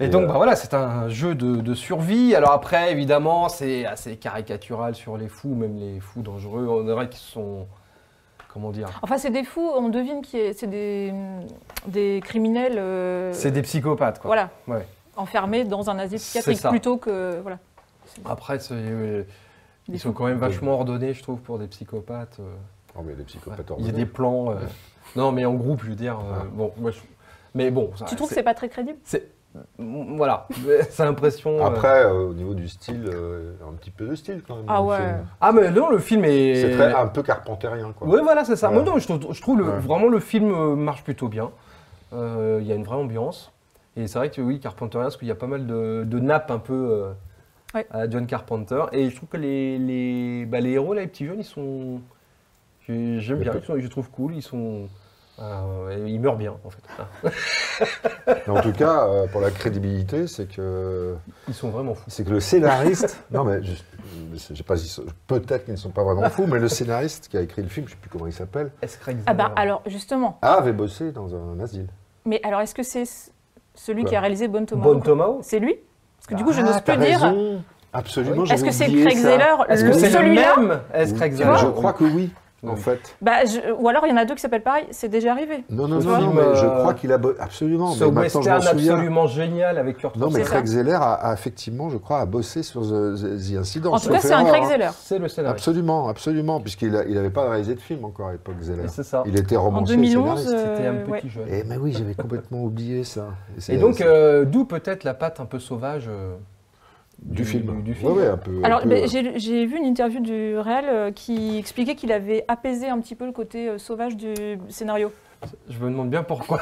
Speaker 4: Et
Speaker 6: Et
Speaker 4: donc,
Speaker 6: euh,
Speaker 4: bah voilà, c'est un jeu de, de survie. Alors après, évidemment, c'est assez caricatural sur les fous, même les fous dangereux. On dirait qu'ils sont. Comment dire
Speaker 5: Enfin, c'est des fous, on devine que c'est des, des criminels. euh,
Speaker 4: C'est des psychopathes, quoi.
Speaker 5: Voilà,
Speaker 4: Ouais.
Speaker 5: enfermés dans un asile
Speaker 4: C'est
Speaker 5: psychiatrique
Speaker 4: ça.
Speaker 5: plutôt que. Voilà.
Speaker 4: Après, c'est, euh,
Speaker 5: Des
Speaker 4: ils sont quand même vachement ordonnés, je trouve, pour des psychopathes. euh.
Speaker 6: Oh, mais il y a des psychopathes
Speaker 4: Il y a
Speaker 6: ordonnés.
Speaker 4: des plans. euh, Non, mais en groupe, je veux dire. euh,
Speaker 6: Ah.
Speaker 4: Bon, moi, je- Mais bon, ça,
Speaker 5: Tu trouves que c'est pas très crédible
Speaker 4: Bah, C'est. Mm, Voilà, c'est l'impression. euh,
Speaker 6: Après, euh, au niveau du style, euh, un petit peu de style quand même.
Speaker 5: Ah
Speaker 6: le
Speaker 5: ouais.
Speaker 6: film.
Speaker 4: Ah, mais non, le film est.
Speaker 6: C'est très- un peu carpentérien, quoi.
Speaker 4: Oui, voilà, c'est ça.
Speaker 6: Ouais.
Speaker 4: Moi, non, je, trouve- je trouve le-
Speaker 6: Ouais.
Speaker 4: vraiment le film euh, marche plutôt bien. Euh, Il y a une vraie ambiance. Et c'est vrai que oui, Carpenter, parce qu'il y a pas mal de, de nappes un peu euh,
Speaker 5: Ouais.
Speaker 4: à la John Carpenter. Et je trouve que les, les, bah, les héros, là, les petits jeunes, ils sont. j'ai- J'aime bien,
Speaker 6: peu-
Speaker 4: ils sont- je les trouve cool, ils sont. euh, ils meurent bien, en fait. Ah,
Speaker 6: Mais en tout cas, euh, pour la crédibilité, c'est que,
Speaker 4: Ils sont vraiment fous.
Speaker 6: c'est que le scénariste. non, mais je, je sais pas si. Peut-être qu'ils ne sont pas vraiment fous, mais le scénariste qui a écrit le film, je ne sais plus comment il s'appelle,
Speaker 5: Ah bah alors, justement.
Speaker 6: avait bossé dans un asile.
Speaker 5: Mais alors, est-ce que c'est c- celui
Speaker 6: Quoi
Speaker 5: qui a réalisé Bon Tomahawk
Speaker 4: Bah, Bon Bah, Tomahawk
Speaker 5: C'est lui Parce que du coup, je
Speaker 6: Ah,
Speaker 5: n'ose
Speaker 6: t'as
Speaker 5: plus dire. Ah
Speaker 6: raison. Absolument,
Speaker 5: Est-ce
Speaker 6: j'avais
Speaker 5: que c'est
Speaker 6: oublié
Speaker 5: Craig
Speaker 6: ça.
Speaker 5: Zeller,
Speaker 4: Est-ce
Speaker 5: le-
Speaker 4: que c'est le
Speaker 5: celui-là
Speaker 4: même Est-ce
Speaker 6: Oui,
Speaker 4: Craig
Speaker 6: tu
Speaker 4: Zahler
Speaker 6: vois, Je crois que oui. en fait.
Speaker 5: Bah, je- Ou alors il y en a deux qui s'appellent pareil, c'est déjà arrivé.
Speaker 6: Non, non,
Speaker 4: Ce
Speaker 6: non, non,
Speaker 4: film,
Speaker 6: mais je
Speaker 4: euh,
Speaker 6: crois qu'il a... bo- Absolument,
Speaker 4: Ce
Speaker 6: mais maintenant je m'en
Speaker 4: western
Speaker 6: souviens.
Speaker 4: absolument génial avec Kurt
Speaker 6: Non, mais
Speaker 5: C'est ça.
Speaker 6: Craig Zeller a, a effectivement, je crois, a bossé sur The, The- The Incident.
Speaker 5: en tout
Speaker 6: sauf
Speaker 5: cas, c'est un
Speaker 6: erreur,
Speaker 5: Craig
Speaker 6: hein.
Speaker 5: Zeller.
Speaker 4: c'est le scénariste.
Speaker 6: Absolument, absolument, puisqu'il n'avait pas réalisé de film encore à l'époque, Zeller.
Speaker 4: Et C'est ça.
Speaker 6: Il était
Speaker 5: En
Speaker 6: romancier et
Speaker 5: 2011.
Speaker 6: scénariste.
Speaker 4: C'était un
Speaker 5: euh, ouais.
Speaker 4: petit jeune.
Speaker 6: Eh, mais oui, j'avais complètement oublié ça. c'est-
Speaker 4: Et donc,
Speaker 6: c'est-
Speaker 4: euh, d'où peut-être la patte un peu sauvage euh,
Speaker 6: du film.
Speaker 4: du
Speaker 6: Oui,
Speaker 4: film.
Speaker 6: oui, un peu. un
Speaker 5: Alors,
Speaker 6: peu,
Speaker 5: ben,
Speaker 6: euh,
Speaker 5: j'ai j'ai vu une interview du réel euh, qui expliquait qu'il avait apaisé un petit peu le côté euh, sauvage du scénario.
Speaker 4: Je me demande bien pourquoi.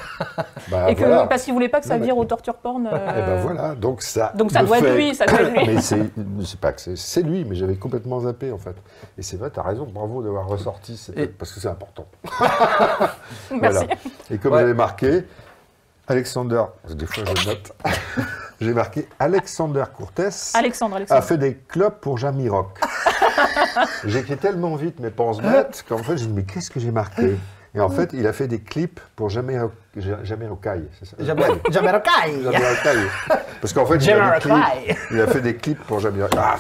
Speaker 6: bah,
Speaker 5: et que,
Speaker 6: voilà.
Speaker 5: Parce qu'il voulait pas que ça
Speaker 6: Non, mais-
Speaker 5: vire au torture porn.
Speaker 6: Eh ben
Speaker 5: euh,
Speaker 6: voilà, donc ça.
Speaker 5: Donc ça
Speaker 6: le
Speaker 5: doit être
Speaker 6: fait-
Speaker 5: lui, ça doit être lui.
Speaker 6: mais c'est c'est pas que c'est- c'est lui, mais j'avais complètement zappé en fait. Et c'est vrai, t'as raison, bravo d'avoir ressorti, cette-
Speaker 4: Et-
Speaker 6: parce que c'est important.
Speaker 5: Merci.
Speaker 6: Voilà. Et comme
Speaker 4: Ouais.
Speaker 6: j'avais marqué, Alexander, des fois je note, j'ai marqué Alexander Courtès
Speaker 5: Alexandre,
Speaker 6: a
Speaker 5: Alexandre.
Speaker 6: fait des clubs pour Jamie Rock. J'écris tellement vite mes penses bêtes qu'en fait, je me dis, mais qu'est-ce que j'ai marqué Et en fait, il a fait des clips pour Jamie Rock. Ja- Jamie Rockaille, c'est ça Ah, Jamie Rockaille. Parce qu'en fait, il a, des clips, il a fait des clips pour Jamie Rockaille. Ah,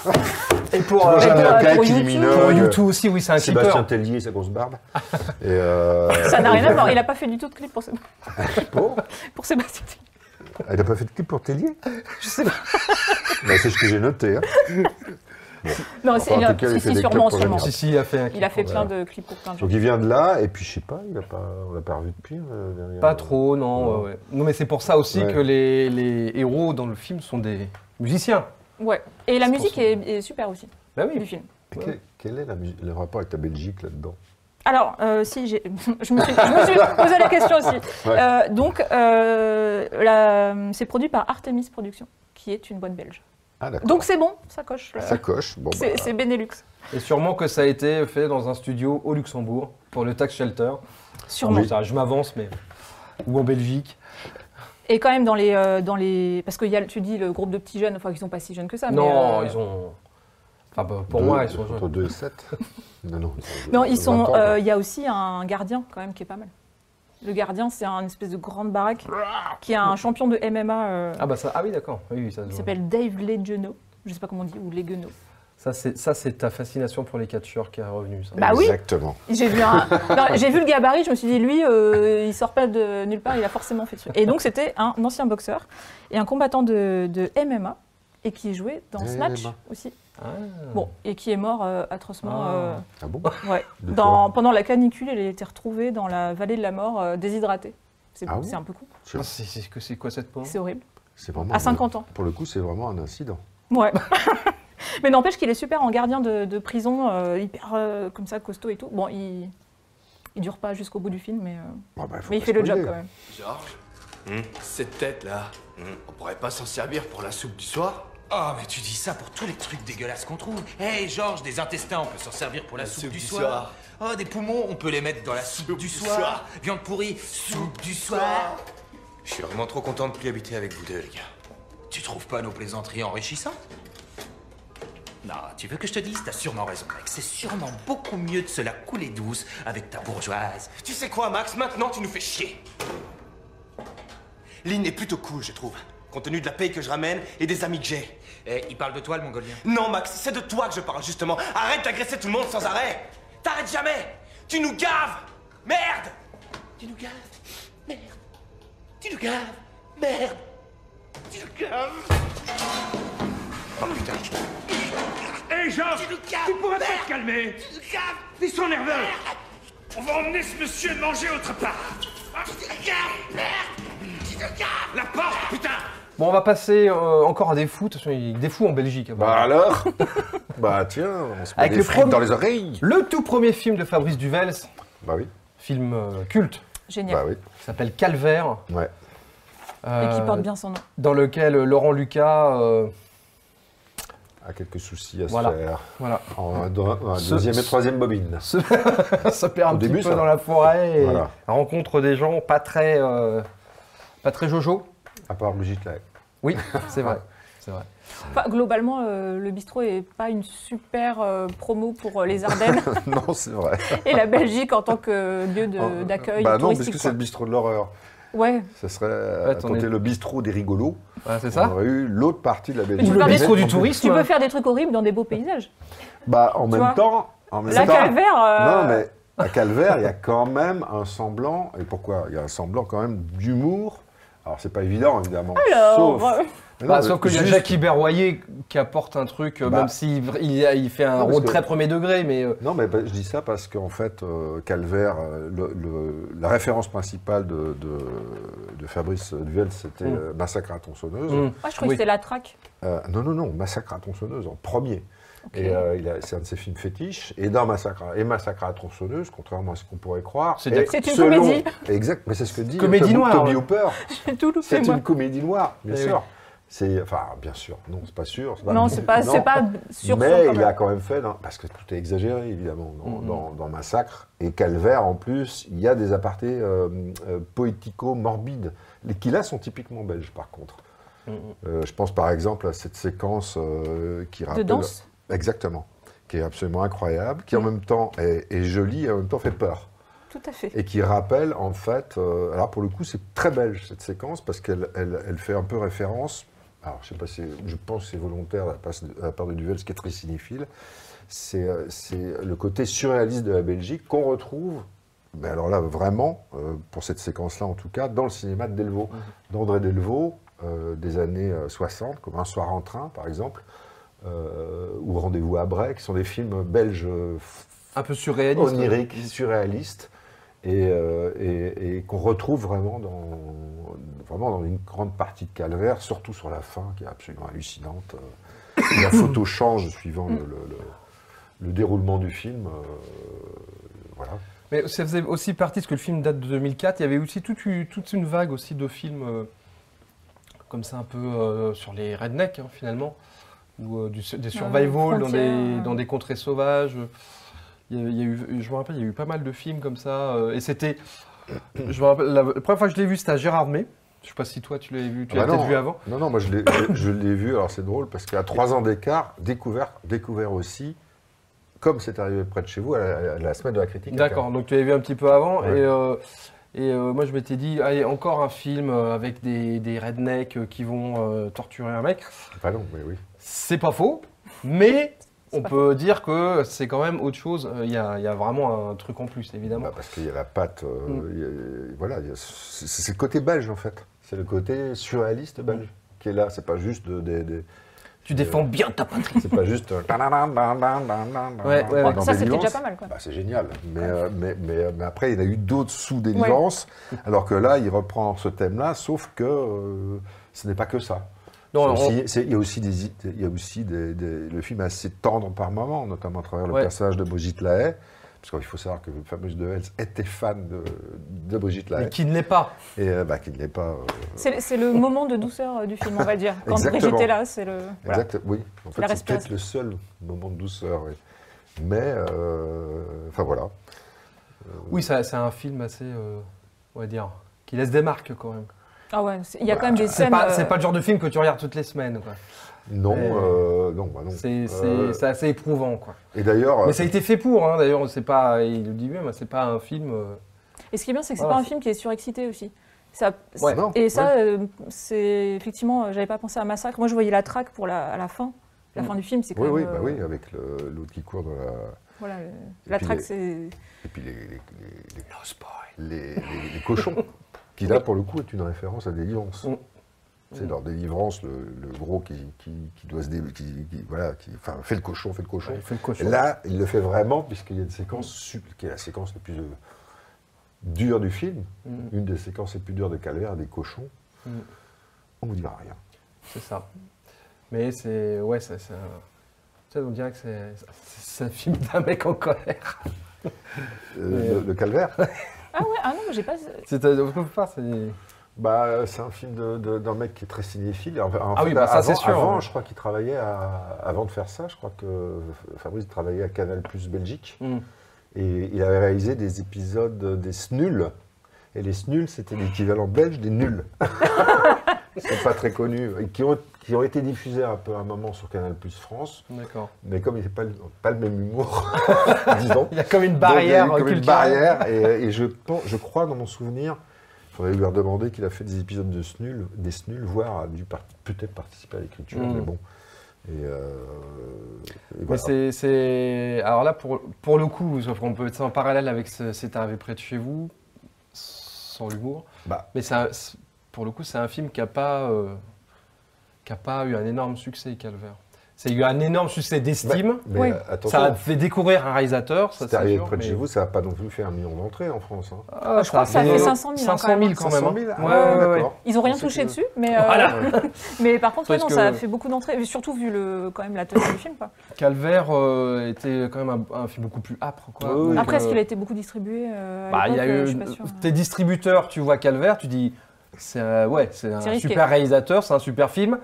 Speaker 4: Et pour,
Speaker 6: pour
Speaker 4: euh,
Speaker 6: Jamie
Speaker 5: pour-
Speaker 6: Rockaille,
Speaker 5: pour
Speaker 6: Kylie
Speaker 5: YouTube.
Speaker 6: Minogue,
Speaker 4: pour YouTube aussi, oui, c'est un
Speaker 6: euh, Sébastien
Speaker 4: clipper.
Speaker 6: Tellier, sa grosse barbe. Et euh,
Speaker 5: Ça n'a rien à voir. Il n'a pas fait du tout de clip pour, Sé-
Speaker 6: bon,
Speaker 5: pour Sébastien. Tellier.
Speaker 6: elle n'a Ah, pas fait de clip pour Tellier Je sais pas. Bah, c'est ce que j'ai noté. hein.
Speaker 5: Non,
Speaker 6: Enfin,
Speaker 5: c'est
Speaker 6: en
Speaker 5: il a-
Speaker 6: tout cas, il
Speaker 5: si,
Speaker 6: fait
Speaker 5: si,
Speaker 6: des
Speaker 5: sûrement,
Speaker 6: clips pour
Speaker 5: sûrement.
Speaker 6: Jamie.
Speaker 4: Si, si, il a fait un
Speaker 5: Il a fait
Speaker 6: Voilà.
Speaker 5: plein de clips pour plein de gens.
Speaker 6: Donc il vient de là, et puis je sais pas, il a pas, on l'a pas revu depuis. euh, derrière.
Speaker 4: Pas trop, non.
Speaker 6: Ouais.
Speaker 4: ouais, ouais. Non, mais c'est pour ça aussi
Speaker 6: Ouais.
Speaker 4: que les, les héros dans le film sont des musiciens.
Speaker 5: Ouais. Et la
Speaker 4: C'est
Speaker 5: musique
Speaker 4: pour
Speaker 5: est, est super aussi
Speaker 4: Bah
Speaker 5: du
Speaker 4: oui.
Speaker 5: film.
Speaker 6: Et que- quel est la mu- le rapport avec la Belgique là-dedans
Speaker 5: Alors, euh, si, j'ai- je, me suis, je me suis posé la question aussi.
Speaker 6: Ouais.
Speaker 5: Euh, donc, euh, la- c'est produit par Artemis Productions, qui est une boîte belge.
Speaker 6: Ah d'accord.
Speaker 5: Donc, c'est bon, ça coche. là.
Speaker 6: ça coche. Bon,
Speaker 5: C'est
Speaker 6: bah,
Speaker 5: c'est Benelux.
Speaker 4: Et sûrement que ça a été fait dans un studio au Luxembourg pour le Tax Shelter.
Speaker 5: Sûrement.
Speaker 4: Bon, ça, je m'avance, mais. Ou en Belgique.
Speaker 5: Et quand même, dans les. euh, dans les... Parce que y a, tu dis le groupe de petits jeunes, enfin, ils sont pas si jeunes que ça.
Speaker 4: non,
Speaker 5: mais, euh,
Speaker 4: ils ont. Enfin, bah, pour
Speaker 6: deux-
Speaker 4: moi, ils sont.
Speaker 6: entre 2 et 7. non, non.
Speaker 5: Non, ils
Speaker 6: 20
Speaker 5: sont.
Speaker 6: ans,
Speaker 5: euh, Il
Speaker 6: quoi.
Speaker 5: y a aussi un gardien, quand même, qui est pas mal. Le gardien, c'est un espèce de grande baraque qui est un champion de MMA. euh,
Speaker 4: Ah, bah ça. Ah oui, d'accord. Oui, oui, ça se
Speaker 5: Il
Speaker 4: voit.
Speaker 5: s'appelle Dave Legueno. Je sais pas comment on dit, ou Legueno.
Speaker 4: Ça, c'est ça, c'est ta fascination pour les catcheurs qui est revenue. ça.
Speaker 5: Bah oui.
Speaker 6: Exactement.
Speaker 5: J'ai vu, un- non, j'ai vu le gabarit, je me suis dit, lui, euh, il sort pas de nulle part, il a forcément fait ce truc. Et donc, c'était un ancien boxeur et un combattant de, de MMA et qui jouait dans
Speaker 6: MMA.
Speaker 5: Snatch aussi.
Speaker 4: Ah.
Speaker 5: Bon, et qui est mort euh, atrocement.
Speaker 4: Ah.
Speaker 5: euh,
Speaker 6: Ah bon
Speaker 5: ouais.
Speaker 6: De
Speaker 5: Dans- pendant la canicule, il a été retrouvé dans la vallée de la mort, euh, déshydraté. C'est
Speaker 6: Ah bon
Speaker 5: c'est un peu con,
Speaker 4: Ah, c'est- C'est que- c'est quoi cette pomme
Speaker 5: c'est horrible.
Speaker 6: C'est vraiment.
Speaker 4: bah.
Speaker 5: À 50 ans.
Speaker 6: Pour le coup, c'est vraiment un incident.
Speaker 5: Ouais. Mais n'empêche qu'il est super en gardien de, de prison, euh, hyper euh, comme ça, costaud et tout. Bon, il, il dure pas jusqu'au bout du film, mais, euh,
Speaker 6: Ah bah, faut
Speaker 5: mais il
Speaker 6: pas
Speaker 5: fait le
Speaker 6: spoiler.
Speaker 5: job quand même.
Speaker 9: Georges, cette tête-là, on pourrait pas s'en servir pour la soupe du soir
Speaker 10: Oh, mais tu dis ça pour tous les trucs dégueulasses qu'on trouve. Hé, Georges, des intestins, on peut s'en servir pour la, soupe, du, soir. Oh, des poumons, on peut les mettre dans la soupe, du, soir. Viande pourrie, soupe, du soir.
Speaker 9: Je suis vraiment trop content de plus habiter avec vous deux, les gars.
Speaker 10: Tu trouves pas nos plaisanteries enrichissantes Non, tu veux que je te dise T'as sûrement raison, mec. C'est sûrement beaucoup mieux de se la couler douce avec ta bourgeoise.
Speaker 9: Tu sais quoi, Max Maintenant, tu nous fais chier. Lynn est plutôt cool, je trouve. Compte tenu de la paye que je ramène et des amis que j'ai.
Speaker 10: Eh, il parle de toi, le mongolien.
Speaker 9: Non, Max, c'est de toi que je parle, justement. Arrête d'agresser tout le monde sans arrêt. T'arrêtes jamais. Tu nous gaves. Merde Tu nous gaves. Merde. Tu nous gaves. Merde. Tu nous gaves. Oh putain. Hé, Georges Tu nous gaves. Tu pourrais pas te calmer. Tu nous gaves. Ils sont nerveux. On va emmener ce monsieur manger autre part. Tu nous gaves. Merde. Tu nous gaves. La porte, putain.
Speaker 4: Bon, on va passer euh, encore à des fous. De toute façon, il y a des fous en Belgique.
Speaker 6: Bah alors Bah tiens, on se met
Speaker 4: Avec
Speaker 6: des
Speaker 4: le
Speaker 6: frites
Speaker 4: premier-
Speaker 6: dans les oreilles.
Speaker 4: Le tout premier film de Fabrice Duvels,
Speaker 6: Bah oui.
Speaker 4: film euh, culte,
Speaker 5: Génial.
Speaker 6: Bah oui.
Speaker 4: qui s'appelle Calvaire.
Speaker 6: Ouais.
Speaker 5: Et
Speaker 4: euh,
Speaker 5: qui porte bien son nom.
Speaker 4: Dans lequel euh, Laurent Lucas. euh,
Speaker 6: A quelques soucis à
Speaker 4: Voilà.
Speaker 6: se faire.
Speaker 4: voilà.
Speaker 6: En, dans- dans la
Speaker 4: Ce-
Speaker 6: deuxième et
Speaker 4: ce-
Speaker 6: troisième bobine.
Speaker 4: se, se perd un
Speaker 6: Au
Speaker 4: petit
Speaker 6: début,
Speaker 4: peu
Speaker 6: ça.
Speaker 4: dans la forêt et
Speaker 6: Voilà.
Speaker 4: rencontre des gens pas très, euh, pas très jojo.
Speaker 6: À part Brigitte Lahaye.
Speaker 4: Oui, c'est vrai. C'est vrai.
Speaker 5: Enfin, globalement, euh, le bistrot est pas une super euh, promo pour euh, les Ardennes
Speaker 6: non, c'est vrai.
Speaker 5: et la Belgique en tant que lieu de-
Speaker 4: Euh,
Speaker 5: d'accueil
Speaker 6: Bah non, parce
Speaker 5: touristique.
Speaker 6: que c'est le bistrot de l'horreur.
Speaker 5: quoi. Ouais.
Speaker 6: Ça serait euh,
Speaker 4: En fait, on
Speaker 6: quand
Speaker 4: est-
Speaker 6: t'es le bistrot des rigolos.
Speaker 4: Voilà, c'est
Speaker 6: on
Speaker 4: ça
Speaker 6: aurait eu l'autre partie de la
Speaker 5: tu
Speaker 6: Belgique.
Speaker 5: peux faire des
Speaker 4: bistrot du
Speaker 6: En plus-
Speaker 4: tourisme.
Speaker 5: Tu peux faire des trucs horribles dans des beaux paysages.
Speaker 6: Bah en même
Speaker 5: vois.
Speaker 6: temps, en même
Speaker 5: La
Speaker 6: temps.
Speaker 5: calvaire. euh,
Speaker 6: Non mais à Calvaire, il y a quand même un semblant, et pourquoi Il y a un semblant quand même d'humour. Alors, c'est pas évident, évidemment.
Speaker 5: Alors,
Speaker 6: sauf.
Speaker 5: bah,
Speaker 6: Mais non, euh,
Speaker 4: Bah, sauf qu'il y a
Speaker 6: juste-
Speaker 4: Jackie Berroyer qui apporte un truc, euh,
Speaker 6: Bah.
Speaker 4: même s'il vr- il, a- il fait un
Speaker 6: Non, parce
Speaker 4: rôle
Speaker 6: que-
Speaker 4: très premier degré, mais euh,
Speaker 6: Non, mais bah, je dis ça parce qu'en fait, euh, Calvaire, euh, le- le- la référence principale de, de- de Fabrice Duel, c'était
Speaker 4: Mm.
Speaker 6: euh, Massacre à la tronçonneuse.
Speaker 4: mm.
Speaker 5: moi, je trouve
Speaker 4: Oui.
Speaker 5: que c'est la traque.
Speaker 6: Euh, non, non, non, Massacre à la tronçonneuse en premier. Et euh, il a- c'est un de ses films fétiches. Et dans Massacre, à- et Massacre à la tronçonneuse, contrairement à ce qu'on pourrait croire.
Speaker 4: C'est
Speaker 6: est
Speaker 4: d'accord.
Speaker 5: C'est une
Speaker 6: selon-
Speaker 5: comédie.
Speaker 6: Exact, mais c'est ce que dit euh,
Speaker 4: Comédie
Speaker 6: Toby-
Speaker 4: noire,
Speaker 6: Toby
Speaker 4: ouais.
Speaker 6: Hooper.
Speaker 5: J'ai tout loupé,
Speaker 6: C'est
Speaker 5: moi.
Speaker 6: une comédie noire, bien
Speaker 4: Eh oui.
Speaker 6: sûr. C'est, enfin, bien sûr. Non, c'est pas sûr.
Speaker 5: Non, c'est pas,
Speaker 6: non.
Speaker 5: c'est pas sûr.
Speaker 6: Mais
Speaker 5: sûr, quand
Speaker 6: il
Speaker 5: même.
Speaker 6: a quand même fait, dans- parce que tout est exagéré évidemment dans,
Speaker 4: Mhm.
Speaker 6: dans- dans Massacre et Calvaire en plus, il y a des apartés euh, euh, poético-morbides, les- qui là sont typiquement belges par contre.
Speaker 5: Mhm.
Speaker 6: Euh, je pense par exemple à cette séquence euh, qui
Speaker 5: De
Speaker 6: rappelle...
Speaker 5: danse
Speaker 6: Exactement, qui est absolument incroyable, qui en même temps est, est jolie et en même temps fait peur.
Speaker 5: Tout à fait.
Speaker 6: Et qui rappelle en fait, euh, alors pour le coup c'est très belge cette séquence parce qu'elle elle, elle fait un peu référence, alors je sais pas si, je pense que c'est volontaire de la passe- de la part de Duvel, ce qui est très cinéphile, c'est euh, c'est le côté surréaliste de la Belgique qu'on retrouve, mais alors là vraiment, euh, pour cette séquence-là en tout cas, dans le cinéma de Delvaux, d'André Delvaux euh, des années euh, 60, comme Un soir en train par exemple, euh, ou Rendez-vous à Bray, qui sont des films belges euh,
Speaker 4: un peu surréaliste.
Speaker 6: onirique, surréaliste, et, euh, et- et qu'on retrouve vraiment dans, vraiment dans une grande partie de Calvaire, surtout sur la fin, qui est absolument hallucinante. euh, où la photo change suivant le, le- le- le déroulement du film. euh, voilà.
Speaker 4: Mais ça faisait aussi partie, parce que le film date de 2004, il y avait aussi toute, une- toute une vague aussi de films euh, comme ça un peu euh, sur les rednecks hein, finalement, ou euh, du- des survival dans, des,
Speaker 5: frontières.
Speaker 4: dans des contrées sauvages. Il y a- il y a eu- je me rappelle, il y a eu pas mal de films comme ça, euh, et c'était... Je me rappelle, la, la première fois que je l'ai vu, c'était à Gérard May. Je sais pas si toi tu l'avais vu, tu
Speaker 6: Ah bah
Speaker 4: l'as peut-être
Speaker 6: non.
Speaker 4: vu avant.
Speaker 6: Non, non, moi je l'ai- je- je l'ai vu, alors c'est drôle, parce qu'à trois ans d'écart, découvert, découvert aussi, comme c'est arrivé près de chez vous, à la, à la semaine de la critique.
Speaker 4: D'accord, donc tu l'avais vu un petit peu avant.
Speaker 6: Ouais.
Speaker 4: Et, euh, et euh, moi, je m'étais dit, allez, encore un film euh, avec des, des rednecks euh, qui vont euh, torturer un mec.
Speaker 6: Pas long, mais oui.
Speaker 4: C'est pas faux, mais on peut dire que c'est quand même autre chose. Euh, Il y, a, il y a vraiment un truc en plus, évidemment. Mm.
Speaker 6: Bah, parce qu'il y a la patte. euh, il y a- voilà, il y a- c'est c'est le côté belge en fait. C'est le côté surréaliste belge
Speaker 4: Mm.
Speaker 6: qui est là. C'est pas juste de- des. des-
Speaker 4: tu
Speaker 6: euh,
Speaker 4: défends bien ta patrie.
Speaker 6: c'est pas juste. euh, un
Speaker 4: Ouais, ouais, ouais.
Speaker 6: dans
Speaker 5: Ça, c'était
Speaker 6: Belliance.
Speaker 5: déjà pas mal, quoi.
Speaker 6: Bah, c'est génial. Mais, euh, mais, mais- mais après, il y en a eu d'autres sous délivrance. Alors que là, il reprend ce thème-là, sauf que euh, ce n'est pas que ça.
Speaker 4: Non,
Speaker 6: C'est
Speaker 4: on-
Speaker 6: aussi- c'est- Il y a aussi, des, il y a aussi des, des- le film est assez tendre par moments, notamment à travers le
Speaker 4: Ouais.
Speaker 6: personnage de Brigitte Lahaye. Parce qu'il faut savoir que le fameux De Hels était fan de, de Brigitte
Speaker 4: mais
Speaker 6: Lahaye.
Speaker 4: qui ne l'est pas.
Speaker 6: Et euh, bah, qu'il n'est pas. euh,
Speaker 5: C'est c'est le moment de douceur euh, du film, on va dire. Quand
Speaker 6: Exactement.
Speaker 5: Brigitte est là, c'est le.
Speaker 4: Voilà.
Speaker 6: Exact, oui. En fait,
Speaker 5: La
Speaker 6: c'est peut-être
Speaker 5: respiration.
Speaker 6: le seul moment de douceur. oui. Mais. euh, Enfin voilà. euh,
Speaker 4: Oui, ça- c'est un film assez, euh, on va dire, qui laisse des marques quand même.
Speaker 5: Ah ouais, c'est- il y a quand même des
Speaker 4: C'est
Speaker 5: scènes.
Speaker 4: pas,
Speaker 5: euh,
Speaker 4: c'est pas le genre de film que tu regardes toutes les semaines. quoi.
Speaker 6: Non,
Speaker 4: Ouais.
Speaker 6: euh, non, bah non.
Speaker 4: C'est
Speaker 6: Euh,
Speaker 4: c'est- c'est assez éprouvant. Quoi.
Speaker 6: Et d'ailleurs.
Speaker 4: Mais ça a été fait pour, hein, d'ailleurs, c'est pas, il le dit même, c'est pas un film. euh,
Speaker 5: Et ce qui est bien, c'est que c'est
Speaker 4: Voilà.
Speaker 5: pas un film qui est surexcité aussi. Ça,
Speaker 4: Ouais.
Speaker 6: non,
Speaker 5: Et
Speaker 6: ouais.
Speaker 5: ça, euh, c'est effectivement, euh, j'avais pas pensé à Massacre. Moi, je voyais la traque pour la, à la fin. La fin du film, c'est quand
Speaker 6: Oui,
Speaker 5: même.
Speaker 6: oui, bah
Speaker 5: euh,
Speaker 6: oui, avec le- l'autre qui court dans la.
Speaker 5: Voilà, le- la
Speaker 6: puis
Speaker 5: traque,
Speaker 6: les-
Speaker 5: c'est.
Speaker 6: Et puis les, les, les, les- les- les- les cochons, qui là pour le coup est une référence à Délivrance.
Speaker 4: Mm.
Speaker 6: C'est dans Délivrance, le, le gros qui, qui, qui doit se dé, qui, qui- voilà, qui enfin, fait le cochon, fait le cochon.
Speaker 4: il fait le cochon.
Speaker 6: Et là, il le fait vraiment puisqu'il y a une séquence sub- qui est la séquence la plus euh, dure du film,
Speaker 4: Mm.
Speaker 6: une des séquences les plus dures de Calvaire, des cochons.
Speaker 4: Mm.
Speaker 6: On vous dira rien.
Speaker 4: C'est ça. Mais c'est. Ouais, c'est. c'est un- Tu sais, on dirait que c'est c'est un film d'un mec en colère.
Speaker 6: Euh, le, le Calvaire,
Speaker 5: Ah ouais, ah non, mais j'ai pas.
Speaker 4: C'est euh, on peut pas, c'est.
Speaker 6: bah, c'est un film de- de- d'un mec qui est très cinéphile. En- en
Speaker 4: Ah oui, bah, ça,
Speaker 6: avant-
Speaker 4: c'est sûr,
Speaker 6: Avant,
Speaker 4: ouais.
Speaker 6: je crois qu'il travaillait à- avant de faire ça, je crois que Fabrice travaillait à Canal Plus Belgique.
Speaker 4: Hmm.
Speaker 6: Et il avait réalisé des épisodes des Snuls. Et les Snuls, c'était l'équivalent belge des nuls. Ils sont pas très connus. Et qui, ont, qui ont été diffusés un peu à un moment sur Canal Plus France.
Speaker 4: D'accord.
Speaker 6: Mais comme ils n'avaient pas, le- pas le même humour, disons.
Speaker 4: Il y a comme une
Speaker 6: Donc, il y a eu
Speaker 4: barrière hein.
Speaker 6: comme une
Speaker 4: culturelle.
Speaker 6: barrière. Et, et je, pense- je crois, dans mon souvenir, il faudrait lui demander qu'il a fait des épisodes de Snul, des Snul, voire a dû par- peut-être participer à l'écriture.
Speaker 4: Mm.
Speaker 6: Mais bon, Et, euh, et
Speaker 4: Mais
Speaker 6: voilà.
Speaker 4: c'est- c'est. Alors là, pour, pour le coup, sauf qu'on peut être en parallèle avec ce- C'est arrivé près de chez vous, sans l'humour.
Speaker 6: Bah.
Speaker 4: Mais c'est un- c'est- pour le coup, c'est un film qui n'a pas, euh, qui a pas eu un énorme succès, Calvaire. C'est eu un énorme succès d'estime.
Speaker 6: Mais
Speaker 5: Oui.
Speaker 6: euh, attention,
Speaker 4: ça a fait découvrir un réalisateur. Ça,
Speaker 6: c'est arrivé
Speaker 4: sûr,
Speaker 6: près de
Speaker 4: mais-
Speaker 6: chez vous, ça n'a pas non plus fait un million d'entrées en France. hein.
Speaker 4: Ah,
Speaker 5: Je crois que ça a fait 500 000, hein,
Speaker 4: 500 000 quand même.
Speaker 6: 500
Speaker 4: hein.
Speaker 6: 000
Speaker 4: Ouais, ouais, ouais, ouais.
Speaker 6: ah, d'accord.
Speaker 5: Ils ont rien
Speaker 6: On sait
Speaker 5: touché
Speaker 6: que-
Speaker 5: dessus, mais, euh, mais par contre, ouais,
Speaker 4: Parce que-
Speaker 5: non, ça a fait beaucoup d'entrées, mais surtout vu le, quand même la teneur du film. Quoi.
Speaker 4: Calvaire euh, était quand même un, un film beaucoup plus âpre. Quoi.
Speaker 6: Oui, oui.
Speaker 4: Donc,
Speaker 5: Après, est-ce
Speaker 4: euh,
Speaker 5: qu'il a été beaucoup distribué euh, à
Speaker 4: Bah, il y a
Speaker 5: l'époque, euh,
Speaker 4: eu
Speaker 5: Je suis pas sûre.
Speaker 4: tes distributeurs, tu vois Calvaire, tu dis c'est un- ouais, c'est un
Speaker 5: C'est risqué.
Speaker 4: super réalisateur, c'est un super film.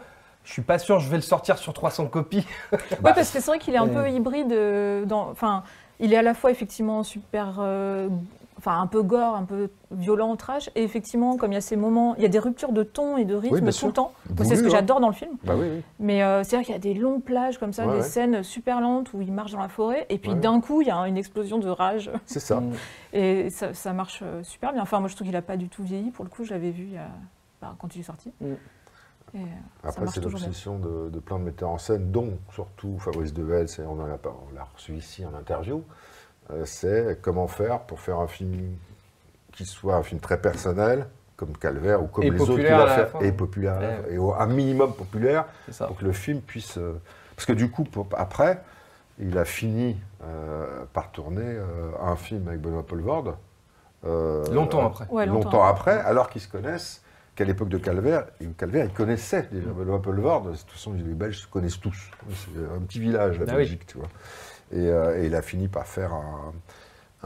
Speaker 4: Je suis pas sûr, je vais le sortir sur 300 copies.
Speaker 5: Ouais, parce
Speaker 6: Bah,
Speaker 5: que c'est vrai qu'il est un
Speaker 4: euh,
Speaker 5: peu hybride. euh, dans- Enfin, il est à la fois effectivement super. euh, Enfin, un peu gore, un peu violent, trash. Et effectivement, comme il y a ces moments, il y a des ruptures de ton et de rythme
Speaker 6: bien
Speaker 5: tout
Speaker 6: sûr.
Speaker 5: le temps. Moi,
Speaker 6: Voulu,
Speaker 5: C'est ce que
Speaker 6: hein.
Speaker 5: j'adore dans le film.
Speaker 6: Bah oui, oui.
Speaker 5: Mais euh, c'est-à-dire qu'il y a des longues plages comme ça,
Speaker 6: Ouais,
Speaker 5: des
Speaker 6: ouais.
Speaker 5: scènes super lentes où il marche dans la forêt. Et puis
Speaker 6: Ouais.
Speaker 5: d'un coup, il y a une explosion de rage.
Speaker 6: c'est ça.
Speaker 4: Mm.
Speaker 5: Et ça, ça marche euh, super bien. Enfin, moi, je trouve qu'il n'a pas du tout vieilli. Pour le coup, je l'avais vu il y a- bah, quand il est sorti.
Speaker 4: Mm.
Speaker 5: Et, euh,
Speaker 6: Après,
Speaker 5: marche
Speaker 6: c'est
Speaker 5: toujours bien.
Speaker 6: l'obsession de, de plein de metteurs en scène, dont surtout Fabrice Devel, c'est- on en a pas- on l'a reçu ici en interview, euh, c'est comment faire pour faire un film qui soit un film très personnel, comme Calvaire ou comme
Speaker 4: Et
Speaker 6: les autres qu'il
Speaker 4: populaire à
Speaker 6: a
Speaker 4: la
Speaker 6: fait,
Speaker 4: fois.
Speaker 6: et populaire, à la
Speaker 4: Ouais.
Speaker 6: fois, et au- un minimum populaire,
Speaker 4: C'est ça.
Speaker 6: pour que le film puisse... euh, parce que du coup, pour- après, il a fini euh, par tourner euh, un film avec Benoît Poelvoorde. euh,
Speaker 4: Longtemps après.
Speaker 5: Ouais,
Speaker 6: longtemps.
Speaker 5: longtemps.
Speaker 6: après, alors qu'ils se connaissent, qu'à l'époque de Calvaire, et Calvaire, ils connaissaient déjà Benoît Poelvoorde. De toute façon, les Belges se connaissent tous. C'est un petit village, la
Speaker 4: Ah oui.
Speaker 6: Belgique, tu vois. Et, euh, et il a fini par faire un,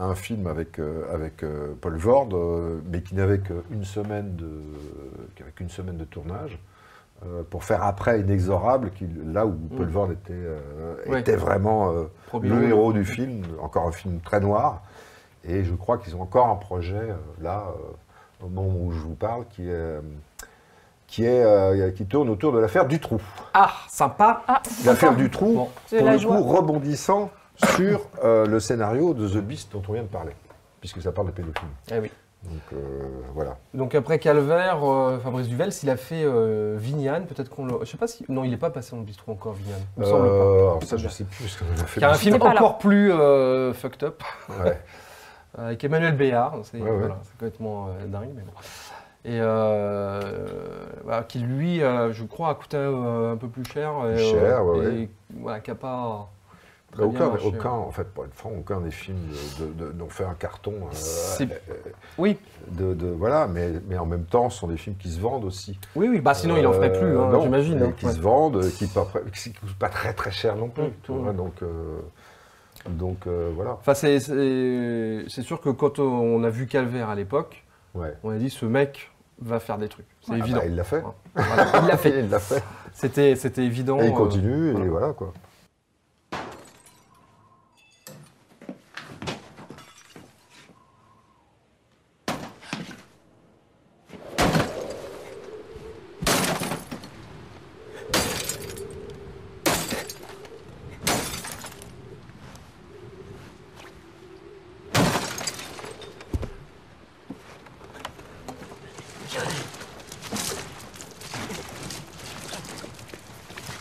Speaker 6: un film avec, euh, avec euh, Paul Vord, euh, mais qui n'avait qu'une semaine, de- qu'avec une semaine de tournage, euh, pour faire après Inexorable, qui, là où Paul Vord était, euh,
Speaker 4: Mm. Ouais.
Speaker 6: était vraiment euh,
Speaker 4: Premier
Speaker 6: le
Speaker 4: rôle.
Speaker 6: héros du film, encore un film très noir. Et je crois qu'ils ont encore un projet, euh, là, euh, au moment où je vous parle, qui, est, euh, qui, est, euh, qui tourne autour de l'affaire du trou.
Speaker 4: Ah, sympa.
Speaker 5: Ah,
Speaker 6: L'affaire
Speaker 5: enfin,
Speaker 6: du trou,
Speaker 4: Bon.
Speaker 5: C'est
Speaker 6: pour
Speaker 5: la
Speaker 6: le
Speaker 5: joie.
Speaker 6: coup, rebondissant sur euh, le scénario de The Beast dont on vient de parler, puisque ça parle de pédophilie.
Speaker 4: Eh oui.
Speaker 6: Donc euh, voilà.
Speaker 4: Donc après Calvaire, euh, Fabrice Duvel, s'il a fait euh, Vignane, peut-être qu'on le. Je sais pas si. Non, il n'est pas passé en bistrot encore, Vignane. Il me semble pas.
Speaker 6: Euh, alors ça, je sais plus ce qu'on en a fait.
Speaker 4: Qui a un film
Speaker 5: C'était pas là.
Speaker 4: encore plus euh, fucked up.
Speaker 6: Ouais.
Speaker 4: Euh, avec Emmanuel Béard, c'est
Speaker 6: Ouais, ouais.
Speaker 4: voilà, c'est complètement euh, dingue, mais bon. Et euh, voilà, qui lui, euh, je crois, a coûté euh, un peu plus cher. et,
Speaker 6: Plus cher, ouais,
Speaker 4: et, voilà, qui n'a pas. très
Speaker 6: Bah,
Speaker 4: bien
Speaker 6: aucun,
Speaker 4: marché.
Speaker 6: aucun, en fait, pour être franc, aucun des films de- de- de- n'ont fait un carton. euh,
Speaker 4: C'est-
Speaker 6: euh,
Speaker 4: Oui,
Speaker 6: de, de- voilà, mais, mais en même temps, ce sont des films qui se vendent aussi.
Speaker 4: oui, oui. Bah, sinon, il en ferait plus, hein,
Speaker 6: Euh, non,
Speaker 4: j'imagine.
Speaker 6: mais
Speaker 4: hein,
Speaker 6: Qui
Speaker 4: ouais.
Speaker 6: se vendent, euh, qui pas- qui ne coûtent pas très très cher non plus.
Speaker 4: Mm,
Speaker 6: tu vois,
Speaker 4: mm.
Speaker 6: donc euh, donc euh, voilà.
Speaker 4: Enfin, c'est- c'est c'est sûr que quand on a vu Calvaire à l'époque,
Speaker 6: Ouais.
Speaker 4: on a dit ce mec va faire des trucs. C'est
Speaker 6: Ah bah,
Speaker 4: évident.
Speaker 6: il l'a fait.
Speaker 4: Voilà, il l'a fait.
Speaker 6: Il l'a fait.
Speaker 4: C'était c'était évident.
Speaker 6: Et il
Speaker 4: euh,
Speaker 6: continue, et voilà quoi.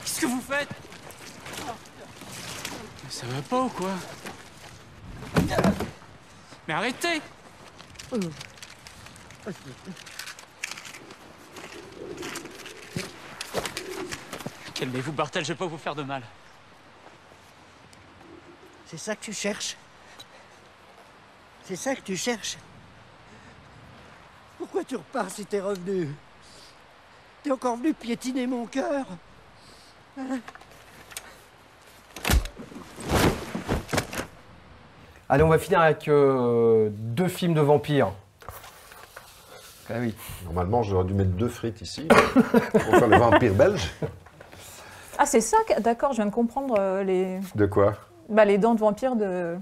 Speaker 2: Qu'est-ce que vous faites Mais ça va pas ou quoi Mais arrêtez Calmez-vous, Bartel, je vais pas vous faire de mal.
Speaker 11: C'est ça que tu cherches C'est ça que tu cherches Pourquoi tu repars si t'es revenu T'es encore venu piétiner mon cœur
Speaker 4: Allez, on va finir avec euh, deux films de vampires. Ah oui.
Speaker 6: Normalement, j'aurais dû mettre deux frites ici pour faire le vampire belge.
Speaker 5: Ah, c'est ça que- D'accord, je viens de comprendre euh, les,
Speaker 6: De quoi
Speaker 5: bah, les dents de vampire de,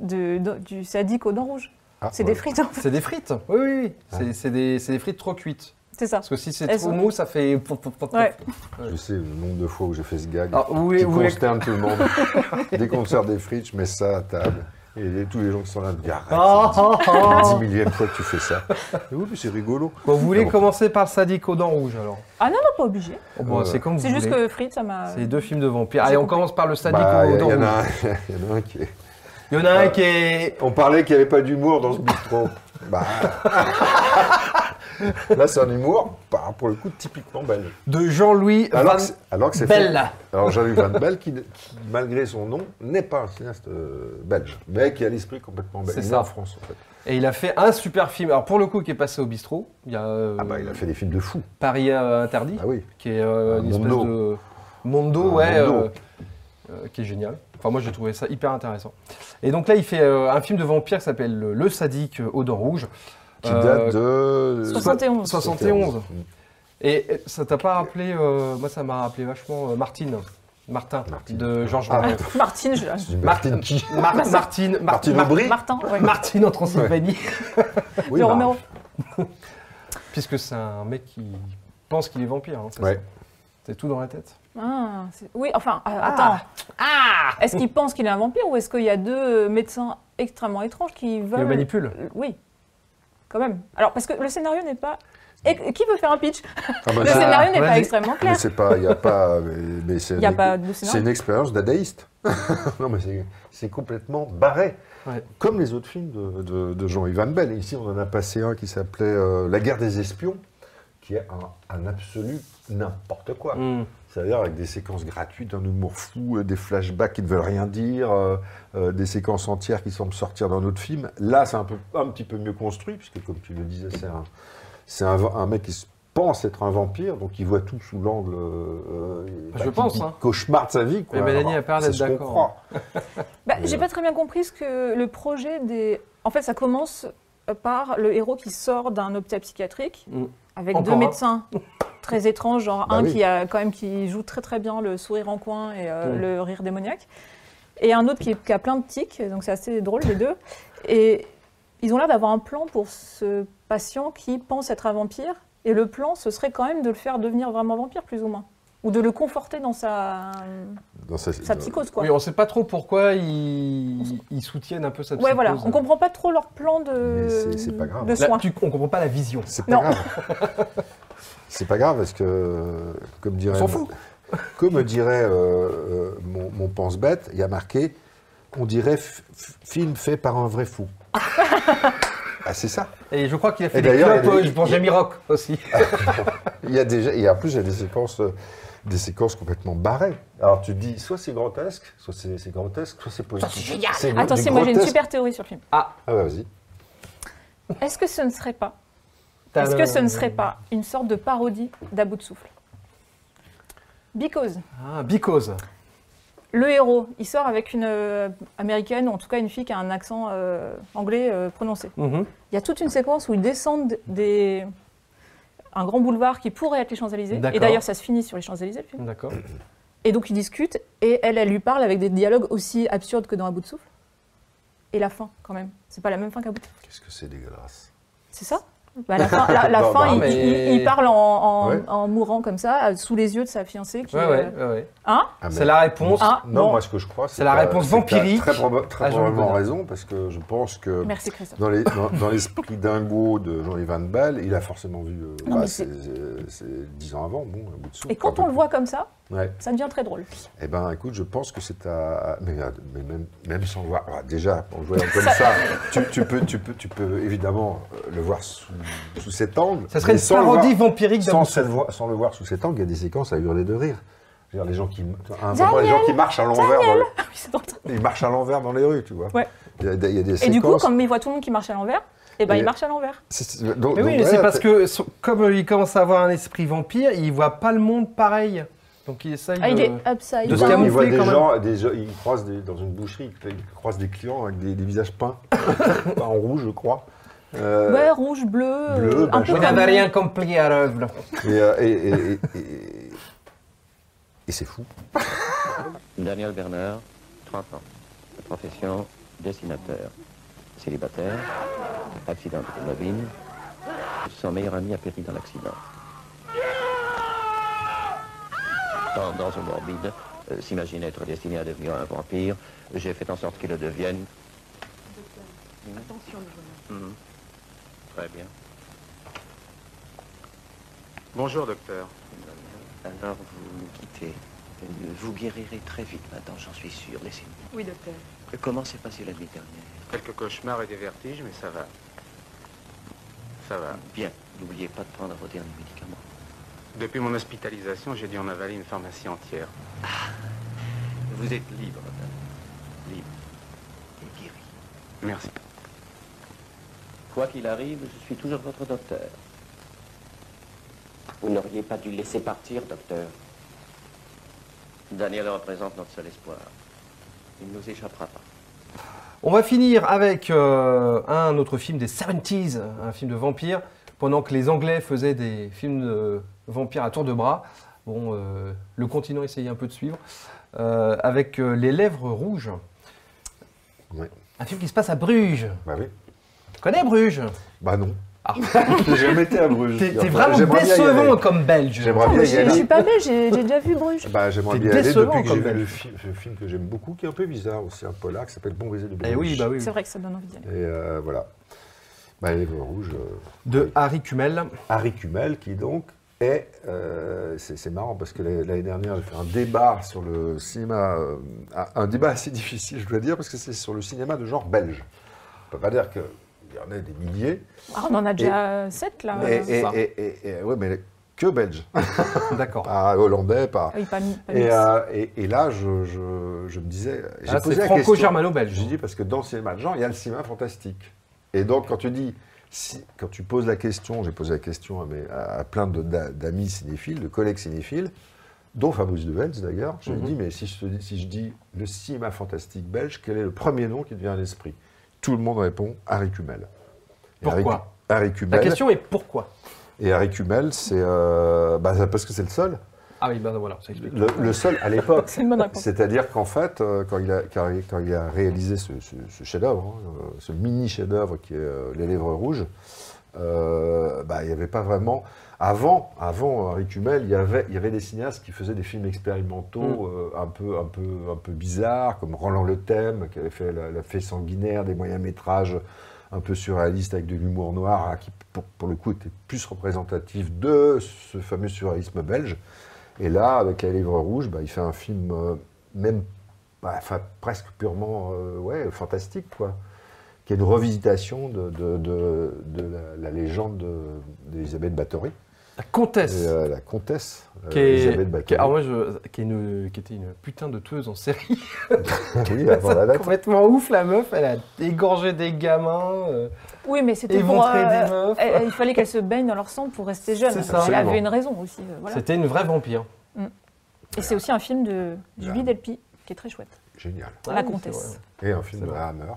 Speaker 5: de- de- du sadique aux dents rouges.
Speaker 6: Ah,
Speaker 5: c'est
Speaker 6: ouais.
Speaker 5: des frites, en fait.
Speaker 4: C'est des frites, oui, oui, oui.
Speaker 6: Ah.
Speaker 4: C'est- C'est des, c'est des frites trop cuites.
Speaker 5: C'est ça.
Speaker 4: Parce que si c'est
Speaker 5: Elles
Speaker 4: trop
Speaker 5: sont-
Speaker 4: mou, ça fait. pop, pop, pop, pop.
Speaker 5: Ouais.
Speaker 6: Je sais le nombre de fois où j'ai fait ce gag
Speaker 4: Ah, oui,
Speaker 6: qui
Speaker 4: oui.
Speaker 6: consterne tout le monde. Dès qu'on me sert des frites, je mets ça à table. Et les- tous les gens qui sont là me disent Arrête,
Speaker 4: Oh,
Speaker 6: c'est
Speaker 4: oh,
Speaker 6: la
Speaker 4: oh.
Speaker 6: dix millième fois que tu fais ça. Mais oui, mais c'est rigolo.
Speaker 4: Bon, vous voulez
Speaker 6: Ah bon.
Speaker 4: commencer par le sadique aux dents rouges alors
Speaker 5: Ah non, non, pas obligé.
Speaker 4: Oh, bon,
Speaker 6: Euh,
Speaker 4: C'est comme vous
Speaker 5: C'est juste
Speaker 4: voulez.
Speaker 5: que Fritz, ça m'a.
Speaker 4: C'est les deux films de vampires. Allez, on commence par le sadique
Speaker 6: Bah,
Speaker 4: aux
Speaker 6: Il y,
Speaker 4: dents
Speaker 6: en a
Speaker 4: rouges.
Speaker 6: un- il y en a un qui est.
Speaker 4: Il y en a un qui est.
Speaker 6: On parlait qu'il n'y avait pas d'humour dans ce bistrot. bah. Là, c'est un humour, bah, pour le coup, typiquement belge.
Speaker 4: de Jean-Louis Van
Speaker 6: Alors que c'est- alors que c'est
Speaker 4: Bella.
Speaker 6: fait- Alors Jean-Luc Van Bell, qui, ne- qui, malgré son nom, n'est pas un cinéaste euh, belge, mais qui a l'esprit complètement belge.
Speaker 4: C'est
Speaker 6: Il est
Speaker 4: ça. Euh,
Speaker 6: en France, en fait.
Speaker 4: Et il a fait un super film. Alors pour le coup, qui est passé au bistrot. Il y a, euh,
Speaker 6: Ah bah, il a fait des films de fou.
Speaker 4: Paris euh, interdit,
Speaker 6: Ah oui.
Speaker 4: qui est euh,
Speaker 6: Ah,
Speaker 4: une espèce
Speaker 6: Mondo.
Speaker 4: de mondo,
Speaker 6: Ah,
Speaker 4: ouais,
Speaker 6: Mondo.
Speaker 4: euh, euh, qui est génial. Enfin, moi, j'ai trouvé ça hyper intéressant. Et donc là, il fait euh, un film de vampire qui s'appelle Le le sadique aux dents rouges.
Speaker 6: Qui
Speaker 4: Euh,
Speaker 6: date de...
Speaker 5: 71.
Speaker 4: 71. Et euh, ça t'a pas rappelé, euh, moi ça m'a rappelé vachement euh, Martine, Martin,
Speaker 6: Martine.
Speaker 4: de Georges
Speaker 6: Ah,
Speaker 4: Martin.
Speaker 5: Martine, je...
Speaker 6: Je dis Martine qui
Speaker 4: Mar- Martine, Mar-
Speaker 6: Martine
Speaker 4: Mar-
Speaker 6: Aubry
Speaker 5: Martin, ouais.
Speaker 4: Martine en Transylvanie.
Speaker 6: Oui,
Speaker 5: de
Speaker 6: bah,
Speaker 5: Romero.
Speaker 4: Puisque c'est un mec qui pense qu'il est vampire. hein, c'est
Speaker 6: Ouais.
Speaker 4: ça. C'est tout dans la tête.
Speaker 5: Ah, c'est- oui, enfin, euh, attends. Est-ce qu'il pense qu'il est un vampire ou est-ce qu'il y a deux euh, médecins extrêmement étranges qui
Speaker 4: Il
Speaker 5: veulent.
Speaker 4: le manipule.
Speaker 5: Euh, Oui, quand même. Alors, parce que le scénario n'est pas. Et qui veut faire un pitch
Speaker 6: Ah bah,
Speaker 5: Le
Speaker 6: c'est-
Speaker 5: scénario n'est pas
Speaker 4: vas-y.
Speaker 5: extrêmement
Speaker 6: Mais
Speaker 5: clair.
Speaker 6: c'est pas... Il n'y a pas... Mais, mais c'est
Speaker 5: Il n'y a
Speaker 6: une-
Speaker 5: pas de
Speaker 6: C'est
Speaker 5: scénario.
Speaker 6: une expérience dadaïste. non, mais c'est- c'est complètement barré.
Speaker 4: Ouais.
Speaker 6: Comme les autres films de, de- de Jean-Yves Van Bell. Ici, on en a passé un qui s'appelait euh, La guerre des espions, qui est un, un absolu n'importe quoi.
Speaker 4: Mm.
Speaker 6: C'est-à-dire avec des séquences gratuites, un humour fou, euh, des flashbacks qui ne veulent rien dire, euh, euh, des séquences entières qui semblent sortir d'un autre film. Là, c'est un, peu, un petit peu mieux construit, puisque comme tu le disais, c'est un, c'est un, va- un mec qui se pense être un vampire, donc il voit tout sous l'angle euh,
Speaker 4: Je
Speaker 6: qui-
Speaker 4: pense,
Speaker 6: qui
Speaker 4: hein.
Speaker 6: cauchemar de sa vie. Quoi.
Speaker 4: Mais Mélanie
Speaker 6: Alors,
Speaker 4: a pas l'air
Speaker 6: c'est ce
Speaker 4: d'être
Speaker 6: qu'on
Speaker 4: d'accord. hein.
Speaker 6: croit.
Speaker 5: Bah, J'ai
Speaker 4: euh,
Speaker 5: pas très bien compris ce que le projet des. En fait, ça commence par le héros qui sort d'un hôpital psychiatrique
Speaker 4: Mm.
Speaker 5: avec
Speaker 4: Encore
Speaker 5: deux
Speaker 4: un.
Speaker 5: médecins très étranges, genre
Speaker 6: Bah
Speaker 5: un
Speaker 6: oui.
Speaker 5: qui a quand même qui joue très très bien le sourire en coin et euh,
Speaker 4: Mm.
Speaker 5: le rire démoniaque, et un autre qui, qui a plein de tics, donc c'est assez drôle les deux. Et ils ont l'air d'avoir un plan pour ce patient qui pense être un vampire, et le plan ce serait quand même de le faire devenir vraiment vampire plus ou moins, ou de le conforter dans sa,
Speaker 6: Dans sa-
Speaker 4: Euh,
Speaker 5: sa
Speaker 6: dans-
Speaker 5: psychose quoi.
Speaker 4: Oui, on sait pas trop pourquoi ils, ils soutiennent un peu sa psychose.
Speaker 5: Ouais, voilà, on comprend pas trop leur plan
Speaker 6: Mais
Speaker 5: de,
Speaker 6: c'est- c'est pas grave.
Speaker 5: de
Speaker 4: Là,
Speaker 5: soins.
Speaker 4: tu, on comprend pas la vision.
Speaker 6: C'est pas
Speaker 5: Non.
Speaker 6: grave. C'est pas grave parce que, euh, comme dirait,
Speaker 4: s'en fout.
Speaker 6: comme dirait euh, euh, mon, mon pense-bête, il y a marqué, on dirait f- f- film fait par un vrai fou. ah c'est ça.
Speaker 4: Et je crois qu'il a fait
Speaker 6: Et
Speaker 4: des
Speaker 6: d'ailleurs, il y a
Speaker 4: clopes
Speaker 6: des-
Speaker 4: euh, pour
Speaker 6: il y a-
Speaker 4: Jamie Rock aussi.
Speaker 6: Il y a déjà, et en plus il y a des séquences, euh, des séquences complètement barrées. Alors tu te dis, soit c'est grotesque, soit c'est c'est grotesque, soit c'est positif. C'est gro-
Speaker 5: Attends,
Speaker 6: du
Speaker 5: si, moi j'ai une
Speaker 6: grotesque-
Speaker 5: super théorie sur le film.
Speaker 6: Ah bah vas-y.
Speaker 5: Est-ce que ce ne serait pas, est-ce que ce ne serait pas une sorte de parodie d'à bout de souffle Because
Speaker 4: Ah, because.
Speaker 5: le héros, il sort avec une euh, américaine, ou en tout cas une fille qui a un accent euh, anglais euh, prononcé.
Speaker 4: Mhm.
Speaker 5: Il y a toute une séquence où ils descendent des un grand boulevard qui pourrait être les Champs-Élysées. Et
Speaker 4: D'accord.
Speaker 5: d'ailleurs, ça se finit sur les Champs-Élysées, le film.
Speaker 4: D'accord.
Speaker 5: Et donc ils discutent, et elle, elle lui parle avec des dialogues aussi absurdes que dans À bout de souffle. Et la fin, quand même. C'est pas la même fin qu'à bout de souffle.
Speaker 6: Qu'est-ce que c'est dégueulasse.
Speaker 5: C'est ça Bah, La fin, la- la
Speaker 6: Non,
Speaker 5: fin,
Speaker 6: bah,
Speaker 5: il,
Speaker 4: mais-
Speaker 5: il- il parle en, en-
Speaker 6: Ouais.
Speaker 5: en mourant comme ça, euh, sous les yeux de sa fiancée. Qui,
Speaker 4: Ouais, ouais,
Speaker 5: euh,
Speaker 4: ouais, ouais.
Speaker 5: Hein
Speaker 6: Ah, mais-
Speaker 4: C'est la réponse.
Speaker 5: Ah,
Speaker 6: Non,
Speaker 5: bon.
Speaker 6: moi ce que je crois,
Speaker 4: C'est la
Speaker 6: que-
Speaker 4: réponse
Speaker 6: c'est que t'as
Speaker 4: vampirique Ah,
Speaker 6: Très, proba- très
Speaker 4: à Jean-Luc
Speaker 6: probablement
Speaker 4: Godard.
Speaker 6: raison parce que je pense que
Speaker 5: Merci Christophe.
Speaker 6: Dans, les- dans- dans l'esprit dingo de Jean-Yves Van Baal, il a forcément vu euh,
Speaker 5: Non,
Speaker 6: bah,
Speaker 5: mais
Speaker 6: c'est
Speaker 5: c'est-
Speaker 6: c'est- c'est 10 ans avant, bon, à bout de souffle.
Speaker 5: Et quand on le voit comme ça,
Speaker 6: Ouais.
Speaker 5: ça devient très drôle.
Speaker 6: Eh ben, écoute, je pense que c'est à. Mais, à- mais même, même sans le voir. ah, déjà, en le voyant comme ça, tu, tu peux, tu, peux, tu peux évidemment euh, le voir sous, sous cet angle.
Speaker 4: Ça serait
Speaker 6: mais
Speaker 4: une
Speaker 6: sans le
Speaker 4: parodie
Speaker 6: voir-
Speaker 4: vampirique
Speaker 6: sans,
Speaker 4: d'Amour.
Speaker 6: sans le voir- sans le voir sous cet angle, il y a des séquences à hurler de rire. Je veux dire, Les gens qui, à un
Speaker 5: Daniel
Speaker 6: moment, les gens qui marchent à l'envers dans,
Speaker 5: Ah oui, c'est drôle.
Speaker 6: les- ils marchent à l'envers dans les rues, tu vois.
Speaker 5: Ouais.
Speaker 6: Il y a, des- il y a des
Speaker 5: Et
Speaker 6: séquences.
Speaker 5: du coup, comme il voit tout le monde qui marche à l'envers, et ben
Speaker 6: Et-
Speaker 5: il marche à l'envers.
Speaker 6: C'est- c'est- donc-
Speaker 4: Mais oui,
Speaker 6: donc,
Speaker 4: mais c'est
Speaker 6: voilà,
Speaker 4: parce
Speaker 6: t'as-
Speaker 4: que so- comme euh, il commence à avoir un esprit vampire, il voit pas le monde pareil. Donc il essaye
Speaker 5: Ah, il
Speaker 4: de-
Speaker 5: est upside
Speaker 4: de se
Speaker 6: voit-
Speaker 5: down.
Speaker 4: camoufler.
Speaker 6: il voit des
Speaker 4: quand même.
Speaker 6: gens, des gens- ils croisent des- dans une boucherie, ils croisent des clients avec des, des visages peints, Peints en rouge, je crois. Euh,
Speaker 5: Ouais, rouge, bleu,
Speaker 6: Bleu, bah,
Speaker 5: euh, un peu
Speaker 6: machin.
Speaker 4: Vous
Speaker 5: comme-
Speaker 4: n'avez rien compris à l'œuvre.
Speaker 6: et, euh, et, et- et- et- et c'est fou.
Speaker 12: Daniel Berner, 30 ans. Profession, dessinateur. Célibataire, accident automobile. Son meilleur ami a péri dans l'accident. Tendance au morbide, euh, s'imagine être destiné à devenir un vampire. J'ai fait en sorte qu'il le devienne.
Speaker 13: Attention, le bonhomme.
Speaker 12: Mhm. Très bien. Bonjour, docteur. Alors, vous nous quittez. Euh, Vous guérirez très vite maintenant, j'en suis sûr. Laissez-moi.
Speaker 13: Oui, docteur.
Speaker 12: Comment s'est passée la nuit dernière
Speaker 14: Quelques cauchemars et des vertiges, mais ça va. Ça va.
Speaker 12: Bien. N'oubliez pas de prendre vos derniers médicaments.
Speaker 14: Depuis mon hospitalisation, j'ai dû en avaler une pharmacie entière.
Speaker 12: Ah, Vous êtes libre, madame. Libre. Et guéri.
Speaker 14: Merci.
Speaker 12: Quoi qu'il arrive, je suis toujours votre docteur. Vous n'auriez pas dû le laisser partir, docteur. Daniel représente notre seul espoir. Il ne nous échappera pas.
Speaker 4: On va finir avec euh, un autre film des 70s, un film de vampire. Pendant que les Anglais faisaient des films de vampires à tour de bras, bon, euh, le continent essayait un peu de suivre, euh, avec euh, Les Lèvres Rouges.
Speaker 6: Ouais.
Speaker 4: Un film qui se passe à Bruges.
Speaker 6: Bah oui.
Speaker 4: Tu connais Bruges
Speaker 6: Bah non.
Speaker 4: Ah.
Speaker 6: J'ai jamais été à Bruges.
Speaker 4: T'es t'es
Speaker 6: Enfin,
Speaker 4: vraiment
Speaker 6: j'aimerais bien y
Speaker 4: décevant
Speaker 6: aller.
Speaker 4: comme Belge. Ah,
Speaker 6: J'aimerais bien y
Speaker 5: Je suis
Speaker 6: aller.
Speaker 5: pas belge, j'ai j'ai déjà vu Bruges.
Speaker 6: Bah, j'aimerais
Speaker 4: T'es
Speaker 6: bien y aller
Speaker 4: décevant
Speaker 6: depuis que j'ai
Speaker 4: comme
Speaker 6: vu
Speaker 4: Belge.
Speaker 6: le fi- le film que j'aime beaucoup, qui est un peu bizarre aussi, un polar, qui s'appelle Bon baiser de Bruges.
Speaker 4: Eh oui, bah oui.
Speaker 5: C'est vrai que ça donne envie d'y aller.
Speaker 6: Et euh, voilà. Bah, les Lèvres Rouges. euh,
Speaker 4: De Harry Kumel.
Speaker 6: Harry Kumel, qui donc est. euh, c'est c'est marrant parce que l'année l'année dernière, j'ai fait un débat sur le cinéma. euh, un débat assez difficile, je dois dire, parce que c'est sur le cinéma de genre belge. On peut pas dire qu'il y en a des milliers.
Speaker 5: Ah, on en a déjà 7 là.
Speaker 6: Et, et, et- et- et- ouais, mais que belge.
Speaker 4: D'accord.
Speaker 6: Pas hollandais, pas.
Speaker 5: Ah oui, pas mi- pas
Speaker 6: et,
Speaker 5: mixte.
Speaker 6: euh, et- et là, je, je- je me disais. j'ai
Speaker 4: Ah,
Speaker 6: posé
Speaker 4: c'est
Speaker 6: la question.
Speaker 4: franco-germano-belge. hein.
Speaker 6: J'ai dit, parce que dans le cinéma de genre, il y a le cinéma fantastique. Et donc, quand tu dis. si- quand tu poses la question, j'ai posé la question à, mes- à- à plein de- d'a- d'amis cinéphiles, de collègues cinéphiles, dont Fabrice Devels d'ailleurs, je
Speaker 4: Mhm.
Speaker 6: lui ai dit, mais si je, te dis, si je dis le cinéma fantastique belge, quel est le premier nom qui te vient à l'esprit Tout le monde répond Harry Kumel. Et Harry-
Speaker 4: Pourquoi
Speaker 6: Harry Kumel.
Speaker 4: La question est pourquoi
Speaker 6: Et Harry Kumel, c'est euh, bah, parce que c'est le seul.
Speaker 4: Ah oui, bah voilà, ça explique.
Speaker 6: Le, le seul à l'époque.
Speaker 5: C'est une bonne réponse.
Speaker 6: C'est-à-dire qu'en fait, euh, quand il a, quand il- quand il a réalisé ce, ce- ce chef-d'œuvre, hein, euh, ce mini chef-d'œuvre qui est euh, Les Lèvres Rouges, euh, bah, il n'y avait pas vraiment. Avant, avant Harry Kumel, il y avait, il y avait des cinéastes qui faisaient des films expérimentaux
Speaker 5: Mm.
Speaker 6: euh, un, peu, un, peu, un peu bizarres, comme Roland Le Thème, qui avait fait La, la Fée Sanguinaire, des moyens-métrages un peu surréalistes avec de l'humour noir, hein, qui pour, pour le coup était plus représentatif de ce fameux surréalisme belge. Et là, avec La Livre Rouge, bah, il fait un film euh, même bah, enfin, presque purement euh, ouais, fantastique, quoi. Qui est une revisitation de, de- de- de la, la légende de- d'Elisabeth Bathory.
Speaker 4: La comtesse.
Speaker 6: Et, euh, la comtesse euh,
Speaker 4: Qui, est-
Speaker 6: Elisabeth
Speaker 4: qui est-
Speaker 6: Bathory.
Speaker 4: ah, moi, je- qui est une- qui était une putain de tueuse en série. Bah,
Speaker 6: oui, avant la lettre.
Speaker 4: complètement ouf, la meuf, elle a égorgé des gamins. euh,
Speaker 5: Oui, mais c'était pour. euh,
Speaker 4: Éventrer des meufs.
Speaker 5: elle- il fallait qu'elle se baigne dans leur sang pour rester jeune.
Speaker 4: C'est ça.
Speaker 5: Elle
Speaker 4: Absolument.
Speaker 5: avait une raison aussi. euh, voilà.
Speaker 4: C'était une vraie vampire.
Speaker 5: Et c'est aussi un film de Julie Delpy qui est très chouette.
Speaker 6: Génial.
Speaker 5: La comtesse
Speaker 6: Et un film de Hammer.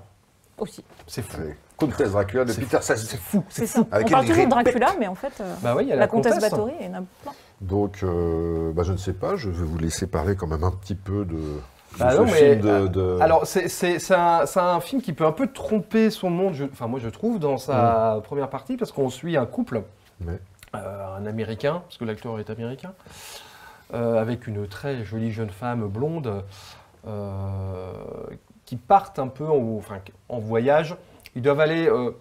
Speaker 5: aussi.
Speaker 4: C'est fou.
Speaker 6: Avec Comtesse Dracula de Peter Sassoon. C'est
Speaker 4: fou.
Speaker 5: C'est ça.
Speaker 6: Avec
Speaker 5: On parle
Speaker 6: Henry
Speaker 5: toujours de
Speaker 6: Reck.
Speaker 5: Dracula, mais en fait, euh,
Speaker 4: Bah oui, il y a la
Speaker 5: comtesse
Speaker 4: comtesse.
Speaker 5: Bathory, il y en a plein.
Speaker 6: Donc, euh, bah, je ne sais pas, je vais vous laisser parler quand même un petit peu de, de
Speaker 4: Bah
Speaker 6: ce
Speaker 4: non, mais,
Speaker 6: film de-
Speaker 4: euh,
Speaker 6: de-
Speaker 4: Alors, c'est- c'est c'est un, c'est un film qui peut un peu tromper son monde, je- enfin, moi je trouve, dans sa première partie, parce qu'on suit un couple,
Speaker 6: Ouais.
Speaker 4: euh, un américain, parce que l'acteur est américain, euh, avec une très jolie jeune femme blonde, euh, qui partent un peu en, enfin, en voyage. Ils doivent aller euh,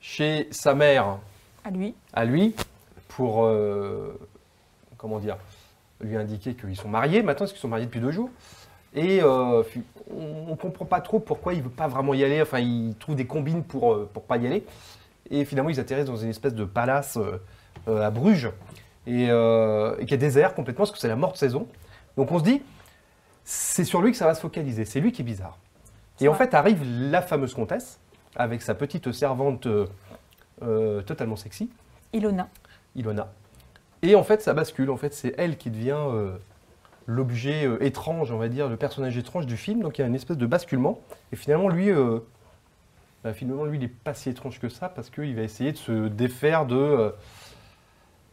Speaker 4: chez sa mère,
Speaker 5: À lui.
Speaker 4: à lui pour, euh, comment dire, lui indiquer qu'ils sont mariés maintenant, parce qu'ils sont mariés depuis deux jours. Et euh, puis, on ne comprend pas trop pourquoi il ne veut pas vraiment y aller. Enfin, il trouve des combines pour ne pas y aller. Et finalement, ils atterrissent dans une espèce de palace euh, euh, à Bruges, et, euh, et qui est désert complètement, parce que c'est la morte saison. Donc on se dit, c'est sur lui que ça va se focaliser. C'est lui qui est bizarre. Et en fait, arrive la fameuse comtesse, avec sa petite servante euh, euh, totalement sexy.
Speaker 5: Ilona.
Speaker 4: Ilona. Et en fait, ça bascule. En fait, c'est elle qui devient euh, l'objet euh, étrange, on va dire, le personnage étrange du film. Donc il y a une espèce de basculement. Et finalement, lui, euh, bah, finalement, lui, il n'est pas si étrange que ça parce qu'il va essayer de se défaire de euh,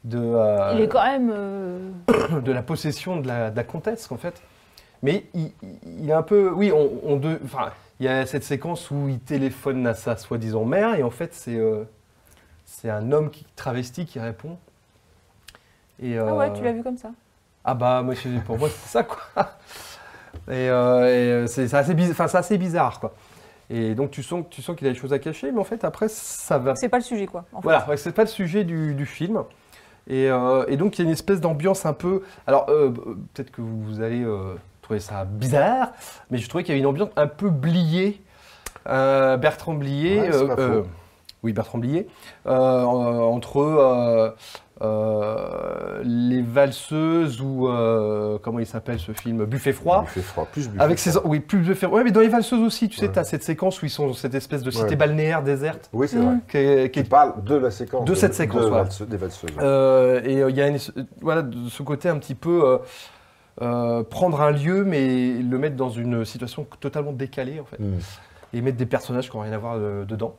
Speaker 4: de euh,
Speaker 5: Il est quand même. euh,
Speaker 4: de la possession de la, de la comtesse, en fait. Mais il, il- il est un peu. Oui, on, on de- enfin, il y a cette séquence où il téléphone à sa soi-disant mère, et en fait, c'est euh, c'est un homme qui travesti qui répond. Et,
Speaker 5: Ah ouais,
Speaker 4: euh,
Speaker 5: tu l'as vu comme ça.
Speaker 4: Ah bah, moi, c'est- pour moi, c'est ça, quoi. Et, euh, et, euh, c'est c'est assez, biz- enfin, c'est assez bizarre, quoi. Et donc tu sens, tu sens qu'il a des choses à cacher, mais en fait après ça va.
Speaker 5: C'est pas le sujet quoi. en fait.
Speaker 4: Voilà, ouais, c'est pas le sujet du, du film. Et, euh, et donc il y a une espèce d'ambiance un peu. Alors euh, peut-être que vous, vous allez euh, trouver ça bizarre, mais je trouvais qu'il y avait une ambiance un peu bliée. Euh, Bertrand Blier.
Speaker 6: Ouais, c'est
Speaker 4: euh,
Speaker 6: pas faux.
Speaker 4: euh, oui, Bertrand Blier. euh, en- entre euh, euh, Les Valseuses ou. euh, comment il s'appelle ce film Buffet froid.
Speaker 6: Buffet froid, plus buffet
Speaker 4: Avec
Speaker 6: froid.
Speaker 4: ses, oui, plus Buffet froid. Ouais, mais dans Les Valseuses aussi, tu sais,
Speaker 6: Ouais.
Speaker 4: tu as cette séquence où ils sont dans cette espèce de cité
Speaker 6: Ouais.
Speaker 4: balnéaire déserte.
Speaker 6: Oui, c'est vrai.
Speaker 4: Qui est- qui est-
Speaker 6: Qui parle de la séquence.
Speaker 4: Mm. de cette séquence,
Speaker 6: de
Speaker 4: voilà.
Speaker 6: valse- des valseuses.
Speaker 4: euh, et euh, il y a une- euh, voilà, de ce côté un petit peu euh, euh, prendre un lieu mais le mettre dans une situation totalement décalée en fait.
Speaker 6: Mm.
Speaker 4: Et mettre des personnages qui n'ont rien à voir euh, dedans.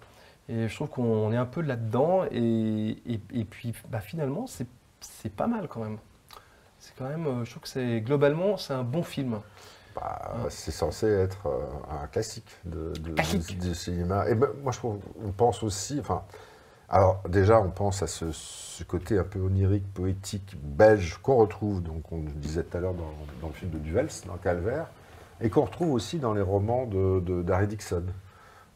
Speaker 4: Et je trouve qu'on est un peu là-dedans et, et- et puis bah, finalement c'est c'est pas mal quand même. C'est quand même, euh, je trouve que c'est globalement c'est un bon film.
Speaker 6: Bah, c'est censé être euh, un classique de, de-
Speaker 4: Classique.
Speaker 6: du- du cinéma. Et ben, moi, je trouve, on pense aussi. Enfin, alors déjà, on pense à ce, ce côté un peu onirique, poétique, belge qu'on retrouve. Donc, on le disait tout à l'heure dans, dans le film de Duels, dans Calvaire, et qu'on retrouve aussi dans les romans de de- d'Harry Dixon.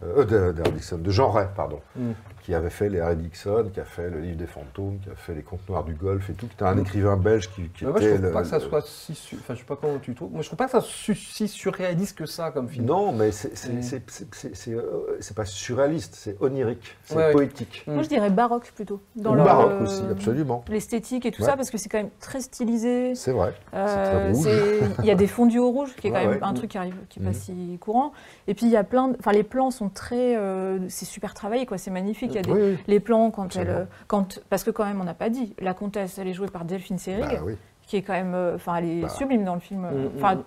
Speaker 6: Euh, de- d'Harry Dixon, de Jean Ray, pardon,
Speaker 4: Mm.
Speaker 6: qui avait fait les Harry Dixon, qui a fait le livre des fantômes, qui a fait les Contes Noirs du Golfe et tout, qui était un écrivain belge qui, qui
Speaker 4: Mais moi
Speaker 6: était
Speaker 4: je trouve
Speaker 6: le-
Speaker 4: pas que ça
Speaker 6: le-
Speaker 4: soit si, su- enfin je sais pas comment tu trouves, moi je trouve pas que ça su- si surréaliste que ça comme film.
Speaker 6: Non, mais c'est c'est-
Speaker 4: Mm.
Speaker 6: c'est- c'est- c'est- c'est, euh, c'est pas surréaliste, c'est onirique, c'est
Speaker 4: Ouais, ouais.
Speaker 6: poétique.
Speaker 5: Moi je dirais baroque plutôt.
Speaker 6: Ou
Speaker 5: leur,
Speaker 6: baroque
Speaker 5: euh,
Speaker 6: aussi, absolument.
Speaker 5: L'esthétique et tout
Speaker 6: Ouais.
Speaker 5: ça parce que c'est quand même très stylisé.
Speaker 6: C'est vrai.
Speaker 5: Euh,
Speaker 6: c'est très
Speaker 5: c'est-
Speaker 6: rouge.
Speaker 5: Il y a des fondus au rouge, qui est
Speaker 6: Ouais,
Speaker 5: quand même
Speaker 6: ouais.
Speaker 5: un truc qui arrive, qui est pas
Speaker 6: Mhm.
Speaker 5: si courant. Et puis il y a plein, de- enfin les plans sont très, euh, c'est super travaillé quoi, c'est magnifique. Il y a des,
Speaker 6: Oui, oui.
Speaker 5: les plans quand elle,
Speaker 6: Absolument.
Speaker 5: euh, quand, parce que quand même on n'a pas dit, la comtesse elle est jouée par Delphine Seyrig,
Speaker 6: Bah oui.
Speaker 5: qui est quand même, euh, enfin elle est
Speaker 6: Bah.
Speaker 5: sublime dans le film.
Speaker 6: Mhm,
Speaker 5: Enfin
Speaker 6: mhm.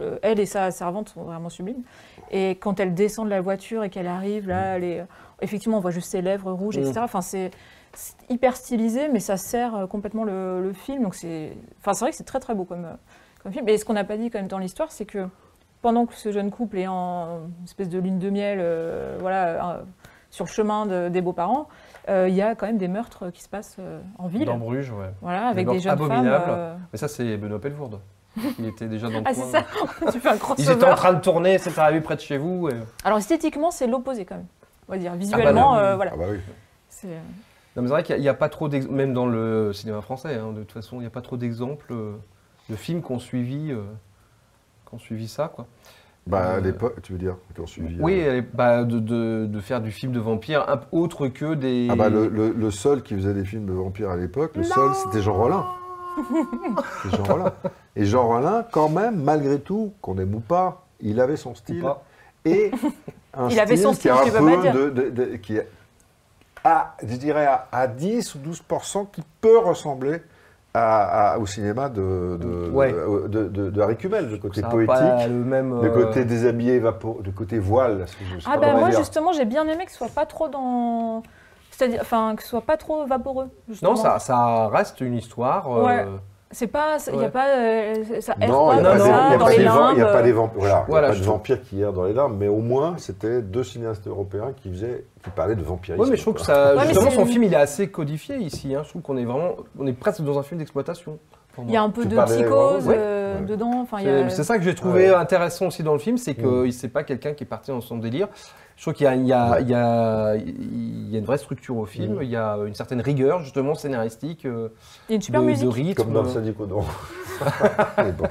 Speaker 5: euh, elle et sa servante sont vraiment sublimes. Et quand elle descend de la voiture et qu'elle arrive là, elle est- euh, effectivement on voit juste ses lèvres rouges,
Speaker 4: Mhm.
Speaker 5: etc. Enfin c'est c'est hyper stylisé, mais ça sert euh, complètement le, le film. Donc c'est, enfin c'est vrai que c'est très très beau comme, euh, comme film. Et ce qu'on n'a pas dit quand même dans l'histoire, c'est que pendant que ce jeune couple est en espèce de lune de miel, euh, voilà, euh, sur le chemin de- des beaux-parents, euh, il y a quand même des meurtres qui se passent euh, en ville.
Speaker 4: Dans Bruges, ouais.
Speaker 5: Voilà, avec
Speaker 4: bords
Speaker 5: des jeunes femmes,
Speaker 4: abominables.
Speaker 5: euh,
Speaker 4: Mais ça, c'est Benoît Pelvourde. Il était déjà dans le
Speaker 5: Ah
Speaker 4: coin.
Speaker 5: c'est ça, tu fais un
Speaker 4: Ils
Speaker 5: crossover.
Speaker 4: étaient en train de tourner, c'est arrivé près de chez vous. et-
Speaker 5: Alors esthétiquement, c'est l'opposé quand même. On va dire
Speaker 4: bah,
Speaker 5: visuellement,
Speaker 4: oui.
Speaker 5: euh, voilà.
Speaker 6: Ah bah oui.
Speaker 5: C'est- euh,
Speaker 4: Non, mais c'est vrai qu'il n'y a, pas trop d'exemples, même dans le cinéma français, hein, de toute façon, il n'y a pas trop d'exemples euh, de films qui ont suivi, euh, qui ont suivi ça. Quoi.
Speaker 6: Bah, à
Speaker 4: Euh,
Speaker 6: l'époque, tu veux dire, quand suivi.
Speaker 4: Oui,
Speaker 6: euh,
Speaker 4: elle est- bah, de, de- de faire du film de vampire un- autre que des.
Speaker 6: Ah bah, le, le- le seul qui faisait des films de vampires à l'époque, le seul, c'était Jean Rollin. C'était Jean Rollin. Et Jean Rollin, quand même, malgré tout, qu'on aime ou pas, il avait son style.
Speaker 4: pas.
Speaker 6: Et un
Speaker 5: Il avait son
Speaker 6: qui est
Speaker 5: style,
Speaker 6: un
Speaker 5: tu peux
Speaker 6: peu
Speaker 5: pas dire.
Speaker 6: de- de- de- qui est à, je dirais à, à 10 ou 12 qui peut ressembler à- à- au cinéma de, de,
Speaker 4: Ouais.
Speaker 6: de, de- de- de Harry Kumel, le côté
Speaker 4: Ça a
Speaker 6: poétique,
Speaker 4: pas le même, euh,
Speaker 6: côté déshabillé, vapo- le côté voile. là, ce que je- ce
Speaker 5: Ah
Speaker 6: qu'on
Speaker 5: bah
Speaker 6: va
Speaker 5: moi
Speaker 6: dire.
Speaker 5: justement, j'ai bien aimé que ce soit pas trop dans, c'est-à-dire, enfin que ce soit pas trop vaporeux. justement.
Speaker 4: Non, ça, ça reste une histoire. euh,
Speaker 5: Ouais. C'est pas, il y
Speaker 4: Ouais.
Speaker 5: a pas, euh, ça erre
Speaker 6: Non, il n'y a,
Speaker 5: pas
Speaker 6: pas
Speaker 5: comme
Speaker 6: des-
Speaker 5: ça
Speaker 6: il y a
Speaker 5: dans
Speaker 6: pas
Speaker 5: les
Speaker 6: des vamp- il y a
Speaker 5: limbes.
Speaker 6: pas des vampires. Voilà, il y a
Speaker 4: Voilà,
Speaker 6: pas
Speaker 4: je
Speaker 6: de
Speaker 4: trouve-
Speaker 6: vampires qui errent dans les larmes, mais au moins, c'était deux cinéastes européens qui, faisaient, qui parlaient de vampirisme.
Speaker 4: Ouais, mais je trouve que
Speaker 6: quoi.
Speaker 4: ça,
Speaker 5: Ouais, mais
Speaker 4: justement,
Speaker 5: c'est-
Speaker 4: son film, il est assez codifié ici. hein. Je trouve qu'on est vraiment, on est presque dans un film d'exploitation. pour
Speaker 5: Il y a
Speaker 4: moi.
Speaker 5: un peu
Speaker 6: Tu
Speaker 5: de
Speaker 6: parles des
Speaker 5: psychose
Speaker 4: vampires
Speaker 5: euh,
Speaker 6: Ouais.
Speaker 5: dedans. Enfin, il y
Speaker 4: C'est
Speaker 5: a-
Speaker 4: c'est ça que j'ai trouvé
Speaker 6: Ouais. Mm.
Speaker 4: intéressant aussi dans le film, c'est que il c'est pas quelqu'un qui est parti dans son délire. Je trouve qu'il y, a- il y, a- il y, a- il y a une vraie structure au film,
Speaker 6: Mm.
Speaker 4: il y a une certaine rigueur justement scénaristique, euh,
Speaker 5: il y a une super
Speaker 4: de, de
Speaker 5: musique.
Speaker 4: rythme.
Speaker 6: Comme dans le Sadikodan. mais bon,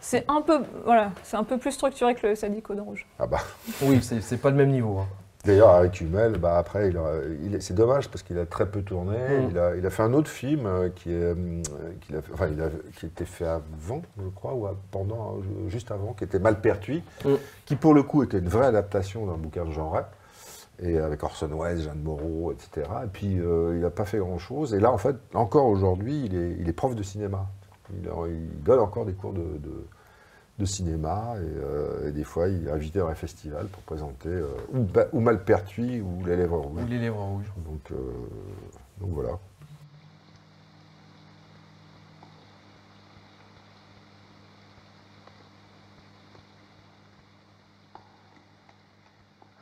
Speaker 5: C'est un peu, voilà, c'est un peu plus structuré que le Sadico de Rouge.
Speaker 6: ah bah.
Speaker 4: Oui, c'est c'est pas le même niveau. hein.
Speaker 6: D'ailleurs, Harry Kumel, bah après, il a- il est- c'est dommage parce qu'il a très peu tourné.
Speaker 4: Mm.
Speaker 6: Il, a, il a fait un autre film euh, qui, est, hum, euh, qu'il a, fait- enfin, il a, qui était fait avant, je crois, ou à- pendant, euh, juste avant, qui était Malpertuis,
Speaker 4: Mm.
Speaker 6: qui pour le coup était une vraie adaptation d'un bouquin de hein. Jean Rey, et avec Orson Welles, Jeanne Moreau, etc. Et puis, euh, il n'a pas fait grand-chose. Et là, en fait, encore aujourd'hui, il est, il est prof de cinéma. Il, a- il donne encore des cours de, de- de cinéma et, euh, et des fois il est invité dans les festivals pour présenter euh, ou, Ba- ou Malpertuis ou Les Lèvres
Speaker 4: Ou
Speaker 6: Rouges.
Speaker 4: les lèvres rouges.
Speaker 6: Donc, euh, donc voilà.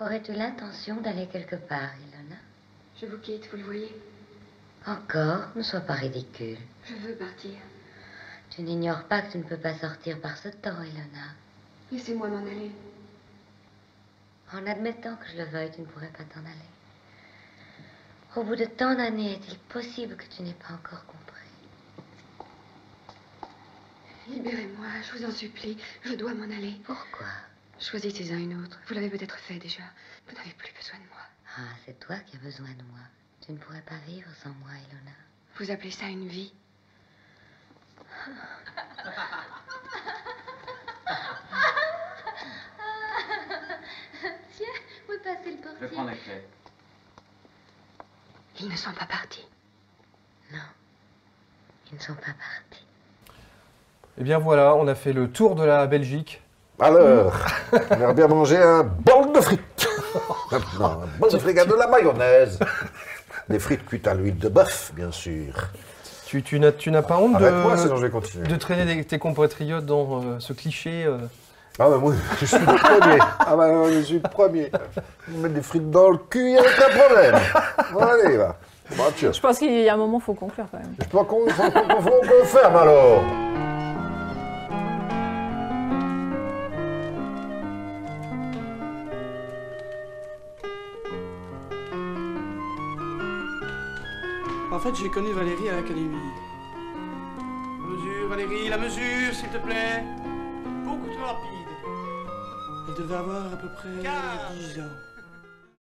Speaker 13: Aurais-tu l'intention d'aller quelque part, Ilona
Speaker 15: Je vous quitte, vous le voyez.
Speaker 13: Encore Ne sois pas ridicule.
Speaker 15: Je veux partir.
Speaker 13: Tu n'ignores pas que tu ne peux pas sortir par ce temps, Ilona.
Speaker 15: Laissez-moi m'en aller.
Speaker 13: En admettant que je le veuille, tu ne pourrais pas t'en aller. Au bout de tant d'années, est-il possible que tu n'aies pas encore compris
Speaker 12: Libérez-moi, je vous en supplie. Je dois m'en aller.
Speaker 13: Pourquoi
Speaker 12: Choisissez-en une autre. Vous l'avez peut-être fait déjà. Vous n'avez plus besoin de moi.
Speaker 13: Ah, c'est toi qui as besoin de moi. Tu ne pourrais pas vivre sans moi, Ilona.
Speaker 12: Vous appelez ça une vie
Speaker 13: Tiens, où est passé le portier
Speaker 12: clé. Ils ne sont pas partis.
Speaker 13: Non, ils ne sont pas partis.
Speaker 4: Et Eh bien voilà, on a fait le tour de la Belgique.
Speaker 6: Alors, on a bien mangé un bol de frites. Maintenant, un bol de frites avec de la mayonnaise. Des frites cuites à l'huile de bœuf, bien sûr.
Speaker 4: Tu, tu n'as, tu n'as pas honte
Speaker 6: Arrête-moi,
Speaker 4: de,
Speaker 6: sinon je vais continuer.
Speaker 4: de traîner des- tes compatriotes dans euh, ce cliché euh,
Speaker 6: Ah bah moi, je suis le premier. Ah bah moi, je suis le premier. Mettre des frites dans le cul, il n'y a aucun problème. Bon, allez, va. Bon, tiens.
Speaker 5: Je pense qu'il y a un moment, faut conclure quand même.
Speaker 6: Je pense qu'on faut qu'on- faut qu'on ferme alors.
Speaker 1: En fait, j'ai connu Valérie à l'académie.
Speaker 16: La mesure, Valérie, la mesure, s'il te plaît. Beaucoup trop rapide.
Speaker 1: Elle devait avoir à peu près 10 ans.